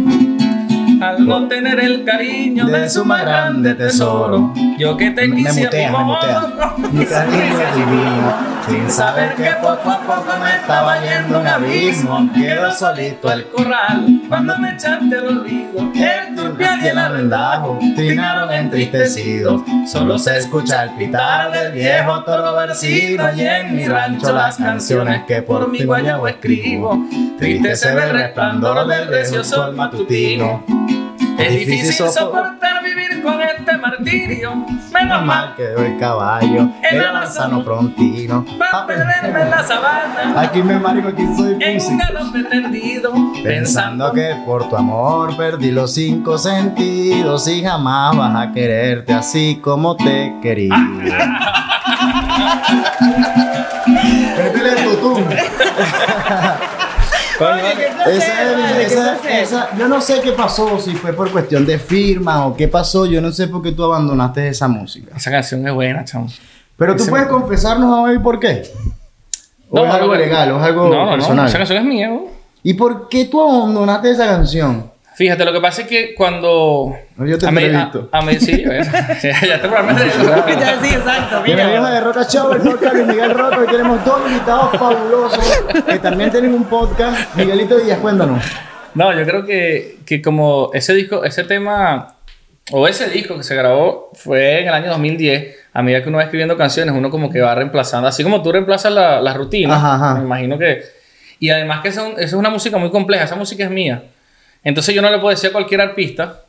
C: Al no tener el cariño de, su más grande tesoro Yo que te
B: Me me
C: quise a
B: mutea,
C: mi
B: me
C: modo,
B: mutea. Mi cariño es divino, sin saber que poco a poco me estaba yendo un abismo. Quedo solito
C: al
B: al
C: corral cuando me echaste al olvido. El turpial y el arrendajo trinaron entristecidos. Solo se escucha el pitar del viejo toro vecino y en mi rancho las canciones que por mi guayabo escribo. Triste se ve el resplandor del precioso sol matutino.
B: Es
C: Es
B: difícil
C: difícil
B: soportar
C: soportar vivir con este martirio. Menos
B: Menos
C: mal
B: mal que doy caballo, era lanzano frontino.
C: para perderme
B: eh,
C: en la sabana.
B: Aquí me marico, aquí soy
C: En un
B: músico.
C: galope perdido,
B: ah, Pensando que por tu amor perdí los cinco sentidos y jamás vas a quererte así como te querí.
A: Ah.
B: Métele tu tum.
A: Oye, qué placer,
B: Esa es-
A: vale, qué
B: esa-
A: placer.
B: esa- yo no sé qué pasó, si fue por cuestión de firma o qué pasó, yo no sé por qué tú abandonaste esa música.
C: Esa canción es buena, chamo.
B: Pero tú
C: Ese
B: puedes confesarnos a hoy por qué. O es algo
C: no,
B: legal, o es algo
C: no, no,
B: personal.
C: No, esa canción es mía, bro.
B: ¿Y por qué tú abandonaste esa canción?
C: Fíjate, lo que pasa es que cuando.
B: No, yo te
C: a me-
B: entrevisto.
C: A, a me- sí, bueno, ya, ya te programé de
A: Ya, sí, exacto,
B: Bienvenidos a
A: mira.
B: De Roca Show, el podcast de Miguel Roca. Hoy tenemos dos invitados fabulosos que también tienen un podcast. Miguelito Díaz, cuéntanos.
C: No, yo creo que, que como ese disco, ese tema, o ese disco que se grabó fue en el año 2010, a medida que uno va escribiendo canciones, uno como que va reemplazando, así como tú reemplazas la, la rutina,
B: Ajá, ajá.
C: me imagino que... Y además que esa, esa es una música muy compleja, esa música es mía. Entonces yo no le puedo decir a cualquier artista,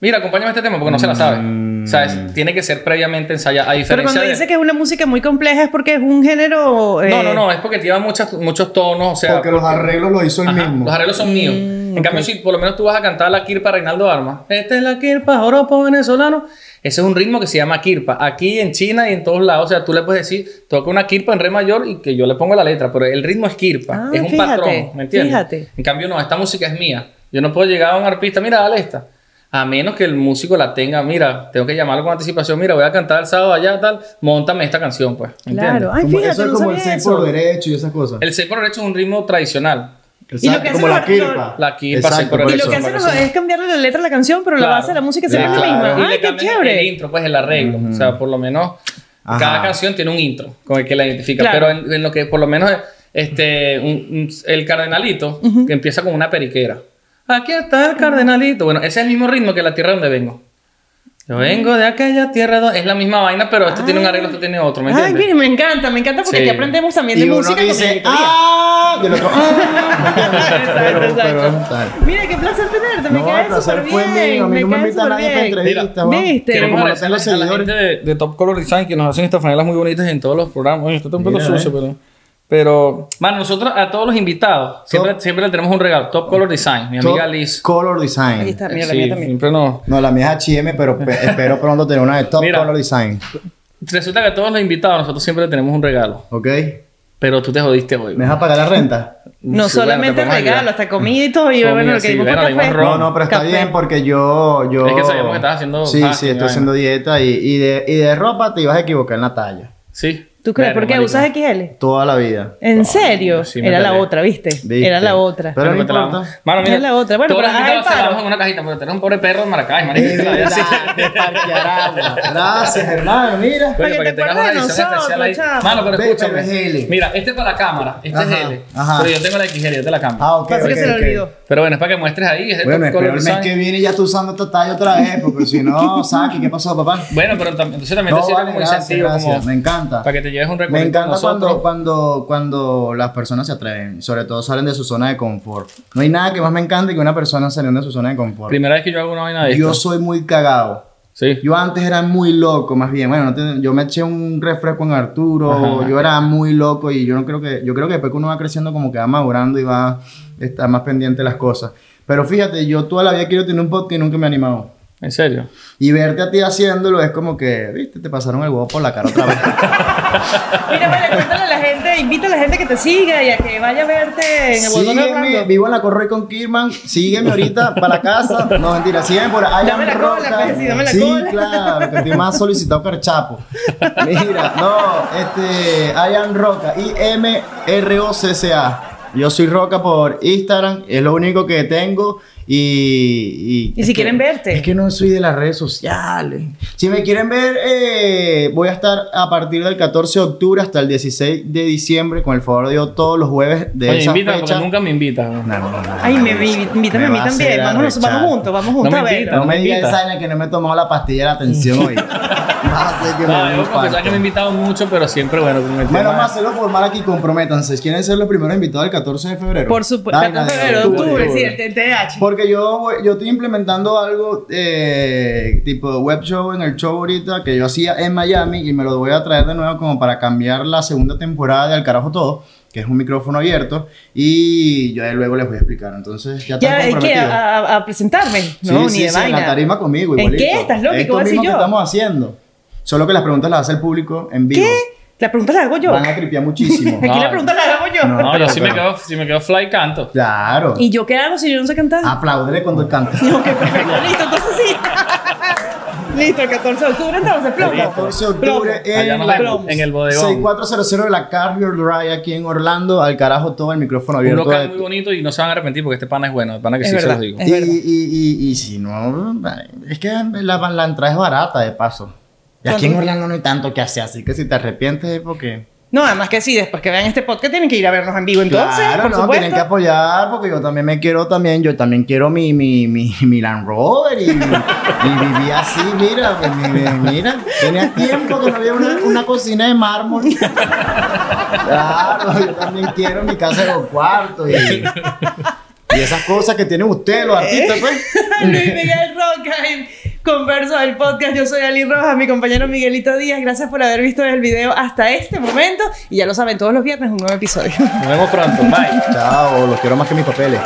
C: mira, acompáñame a este tema porque no se la sabe. O sea, es- tiene que ser previamente ensayada. A
A: Mm. Pero
C: diferencia
A: cuando
C: de-
A: dice que es una música muy compleja es porque es un género... eh,
C: No, no, no, es porque lleva muchas, muchos tonos, o sea...
B: Porque los
C: porque-
B: arreglos los hizo el
C: Ajá,
B: mismo.
C: Los arreglos son míos. en cambio, si por lo menos tú vas a cantar la kirpa Reinaldo Arma. Esta es la kirpa joropo venezolano. Ese es un ritmo que se llama kirpa. Aquí en China y en todos lados, o sea, tú le puedes decir, toca una kirpa en re mayor y que yo le pongo la letra, pero el ritmo es kirpa.
A: Ah,
C: es un
A: fíjate,
C: patrón, ¿me entiendes?
A: fíjate.
C: En cambio, no, esta música es mía. Yo no puedo llegar a un artista, mira, dale esta. A menos que el músico la tenga, mira, tengo que llamarlo con anticipación, mira, voy a cantar el sábado allá, tal, montame esta canción, pues. ¿me entiendes?
A: Claro, ay,
B: Como-
A: fíjate,
B: eso es
A: no
B: como el
A: sabía
B: 6 por
A: eso.
B: derecho y esas cosas.
C: El 6 por derecho es un ritmo tradicional.
A: Y lo que
B: Exacto,
A: hacen
B: como
A: los-
B: la kirpa.
A: los-
C: La kirpa,
B: Exacto,
C: seis por
B: por
A: Y lo
C: eso,
A: que
B: eso.
A: hacen
C: eso.
A: es cambiarle la letra a la canción, pero la
C: Claro.
A: base de la música siempre es
B: Claro.
A: la
C: Y
A: misma.
C: le
A: Ay, qué
C: cambian El
A: chévere.
C: intro, pues el arreglo. O sea, por lo menos
B: Ajá.
C: cada canción tiene un intro con el que la identifica.
A: Claro.
C: Pero en, en lo que por lo menos este, un- un- el cardenalito, que empieza con una periquera. Aquí está el cardenalito. Bueno, ese es el mismo ritmo que la tierra donde vengo. Yo vengo de aquella tierra donde... Es la misma vaina, pero esto tiene un arreglo, esto tiene otro, ¿me
A: Ah. Ay,
C: entiendes?
A: mire, me encanta, me encanta porque
C: Sí.
A: aquí aprendemos también
B: Y
A: de
B: uno
A: música. con
B: dice,
A: Miguelito Díaz.
B: ¡ah! Y el otro, ¡ah!
A: Exacto,
B: Pero-
A: exacto.
B: pero es tal.
A: Mira, qué placer tenerte, me
B: No, el
A: caes
B: placer
A: súper
B: fue mío. A
A: bien.
B: mí no me
A: caes
B: invita a
A: súper
B: nadie para
A: bien.
B: entrevistas. ¿va?
A: ¿Viste?
B: Pero
C: Queremos
B: Como no
C: agradecer
B: sean
C: a
B: los
C: la gente
B: seguidores.
C: de, de Top Color Design que nos hacen estas franelas muy bonitas en todos los programas. Oye, esto está un poco
B: Mira,
C: sucio,
B: eh.
C: pero. Pero, mano, nosotros a todos los invitados siempre,
B: Top-
C: siempre le tenemos un regalo. Top Color Design, mi amiga Liz.
B: Color
A: Ahí
B: Design.
A: está, mira, la
C: Sí,
A: mía también.
C: siempre nos-
B: No, la mía es HM, pero pe- espero pronto tener una de Top
C: Mira.
B: Color Design.
C: Resulta que a todos los invitados nosotros siempre le tenemos un regalo.
B: ¿Ok?
C: Pero tú te jodiste hoy.
B: ¿Me vas a pagar la renta?
A: No
C: Sí, bueno,
A: solamente
C: te podemos
A: regalo,
C: ayudar.
A: hasta comida y todo. Y
C: Comida,
A: bueno, lo que
C: sí,
A: dimos fue
C: bueno, dimos
A: café.
C: ron.
B: No, no, pero está
A: Café.
B: bien pues. porque yo, yo...
C: Es que sabíamos que estabas haciendo
B: Sí,
C: fasting,
B: sí, estoy
C: vaina.
B: haciendo dieta y, y, de, y de ropa te ibas a equivocar en la talla.
C: Sí.
A: ¿Tú crees?
C: Verga,
A: ¿Por qué?
C: marico.
A: ¿Usas XL?
B: Toda la vida.
A: ¿En serio?
C: sí me
A: Era la
C: peleé.
A: otra, ¿viste?
B: ¿Viste?
A: Era la otra.
B: Pero no
C: que te la
B: importa.
C: vamos. Mano, mira.
A: Es la otra. Bueno,
C: todos
A: pero
C: los
A: haz el
C: invitados se la
A: paro.
C: vamos en una cajita, pero tenés un pobre perro en Maracay, marico.
B: Es
C: te la dio
B: verdad,
C: así.
B: de Parque Aragua. Gracias, hermano, mira.
A: Para
C: Coño,
A: que te
C: tengas
A: acuerdes de nosotros, chamo.
C: Mano, pero
B: Ve,
C: escúchame.
B: pero es L.
C: Mira, este es para la cámara. Este
B: Ajá,
C: es L.
B: ajá.
C: Pero yo tengo la XL, yo te la cambio.
B: Ah, ok,
A: Pasa que
B: ok,
A: se le
B: ok.
A: olvidó.
C: Pero bueno, es para que muestres ahí. es de
B: Bueno,
C: Top
B: espero
C: Color
B: el mes
C: Design.
B: que viene ya tú usando esta talla otra vez, porque si no, Saki, ¿qué pasó, papá?
C: Bueno, pero tam- entonces también
B: No,
C: te sirve
B: vale,
C: como
B: gracias,
C: incentivo,
B: gracias.
C: como
B: Me encanta.
C: para que te lleves un recuerdo
B: Me
C: con
B: encanta
C: nosotros.
B: cuando, cuando, cuando las personas se atreven, sobre todo salen de su zona de confort. No hay nada que más me encante que una persona saliendo de su zona de confort.
C: Primera vez que yo hago una vaina de esto.
B: Yo soy muy cagado.
C: Sí.
B: Yo antes era muy loco, más bien. Bueno, no te- yo me eché un refresco en Arturo,
C: Ajá.
B: yo era muy loco y yo no creo que, yo creo que después que uno va creciendo como que va madurando y va estar más pendiente de las cosas. Pero fíjate, yo toda la vida quiero tener un podcast y nunca me he animado.
C: En serio.
B: Y verte a ti haciéndolo es como que, viste, te pasaron el huevo por la cara otra vez.
A: Mira, vale, cuéntale a la gente, invita a la gente que te siga y a que vaya a verte en el Bolsón de
B: Sígueme,
A: Orlando.
B: vivo en la Corroy con Kirman. Sígueme ahorita para la casa. No, mentira, sígueme por ahí.
A: Dame la cola, pues, sí, dame la
B: sí,
A: cola.
B: claro, que estoy más solicitado que el Chapo. Mira, no, este, Ian Roca, I-M-R-O-C-C-A. Yo soy Roca por Instagram, es lo único que tengo. Y,
A: Y
B: es
A: si
B: que-
A: quieren verte.
B: Es que no soy de las redes sociales. Si me quieren ver, eh, voy a estar a partir del 14 de octubre hasta el 16 de diciembre, con el favor de Dios, todos los jueves de
C: Oye,
B: esa
C: invítame,
B: fecha.
C: porque nunca me invitan.
B: No, no, no, no,
A: Ay,
B: no,
A: me,
B: no,
A: me- invítame a
B: me
A: mí
B: va
A: también.
B: hacer
A: Vámonos,
B: arrechar.
A: vamos juntos, vamos juntos
C: No
A: a
C: me
A: ver.
C: invitas.
B: No me digas
C: Invita.
B: esa que no me he tomado la pastilla de la atención hoy. Vas a hacer que me
C: No,
B: dé
C: debo
B: un
C: confesar que me
B: infarto.
C: han invitado mucho, pero siempre, bueno, con el
B: Bueno,
C: tema-
B: más hacerlo formal aquí, comprométanse. ¿Quieren ser los primeros invitados el 14 de febrero?
A: Por supuesto,
B: Vaina
A: 14 de febrero,
C: octubre,
A: octubre, sí,
C: octubre.
A: el TH.
B: Porque yo, voy- yo estoy implementando algo eh, tipo web show en el show ahorita que yo hacía en Miami y me lo voy a traer de nuevo como para cambiar la segunda temporada de Al Carajo Todo, que es un micrófono abierto y yo ahí luego les voy a explicar. Entonces ya están
A: Ya, es que
B: comprometidos.
A: a, a- a presentarme,
B: Sí,
A: ¿no?
B: sí,
A: Ni de
B: sí, en la
A: vaina.
B: tarima conmigo
A: ¿En
B: igualito.
A: qué? ¿Estás loco? ¿Qué
B: Esto
A: voy a decir
B: mismo que
A: yo?
B: estamos haciendo. Solo que las preguntas las hace el público en vivo.
A: ¿Qué? La pregunta la hago yo.
B: Van a tripear muchísimo.
A: Aquí la
C: No,
A: pregunta la hago yo.
C: No, yo sí me quedo, si me quedo fly canto.
B: Claro.
A: ¿Y yo qué hago si yo no sé cantar?
B: Apláudele cuando canta.
A: No, que perfecto, listo, entonces sí. listo, el 14 de octubre entonces, plomo.
B: 14 de octubre
A: Plomo.
C: Allá
B: en
C: nos
B: la
C: vemos, en el bodegón.
B: 6400 de la Carrier Drive aquí en Orlando. Al carajo todo el micrófono
C: Un
B: abierto.
C: local
B: de-
C: muy bonito y no se van a arrepentir porque este pana es bueno. El pana que
A: Es
C: sí se
A: verdad.
C: los digo.
A: Es
B: y,
A: verdad.
B: y, y, y si no, es que la, la entrada es barata de paso. Y aquí en
A: ¿Cuánto?
B: Orlando no hay tanto que hacer, así que si te arrepientes es porque...
A: No, además que sí, después que vean este podcast tienen que ir a vernos en vivo entonces,
B: claro,
A: por
B: no,
A: supuesto.
B: tienen que apoyar porque yo también me quiero también, yo también quiero mi, mi, mi, mi Land Rover y, y viví así, mira, pues, mi- mi- mira, tenía tiempo que no había una, una cocina de mármol. Claro, yo también quiero mi casa de dos cuartos y, y esas cosas que tienen ustedes, los artistas, pues.
A: Luis Miguel Roca en Converso del Podcast. Yo soy Ali Rojas, mi compañero Miguelito Díaz. Gracias por haber visto el video hasta este momento. Y ya lo saben, todos los viernes un nuevo episodio.
C: Nos vemos pronto. Bye.
B: Chao, los quiero más que mis papeles.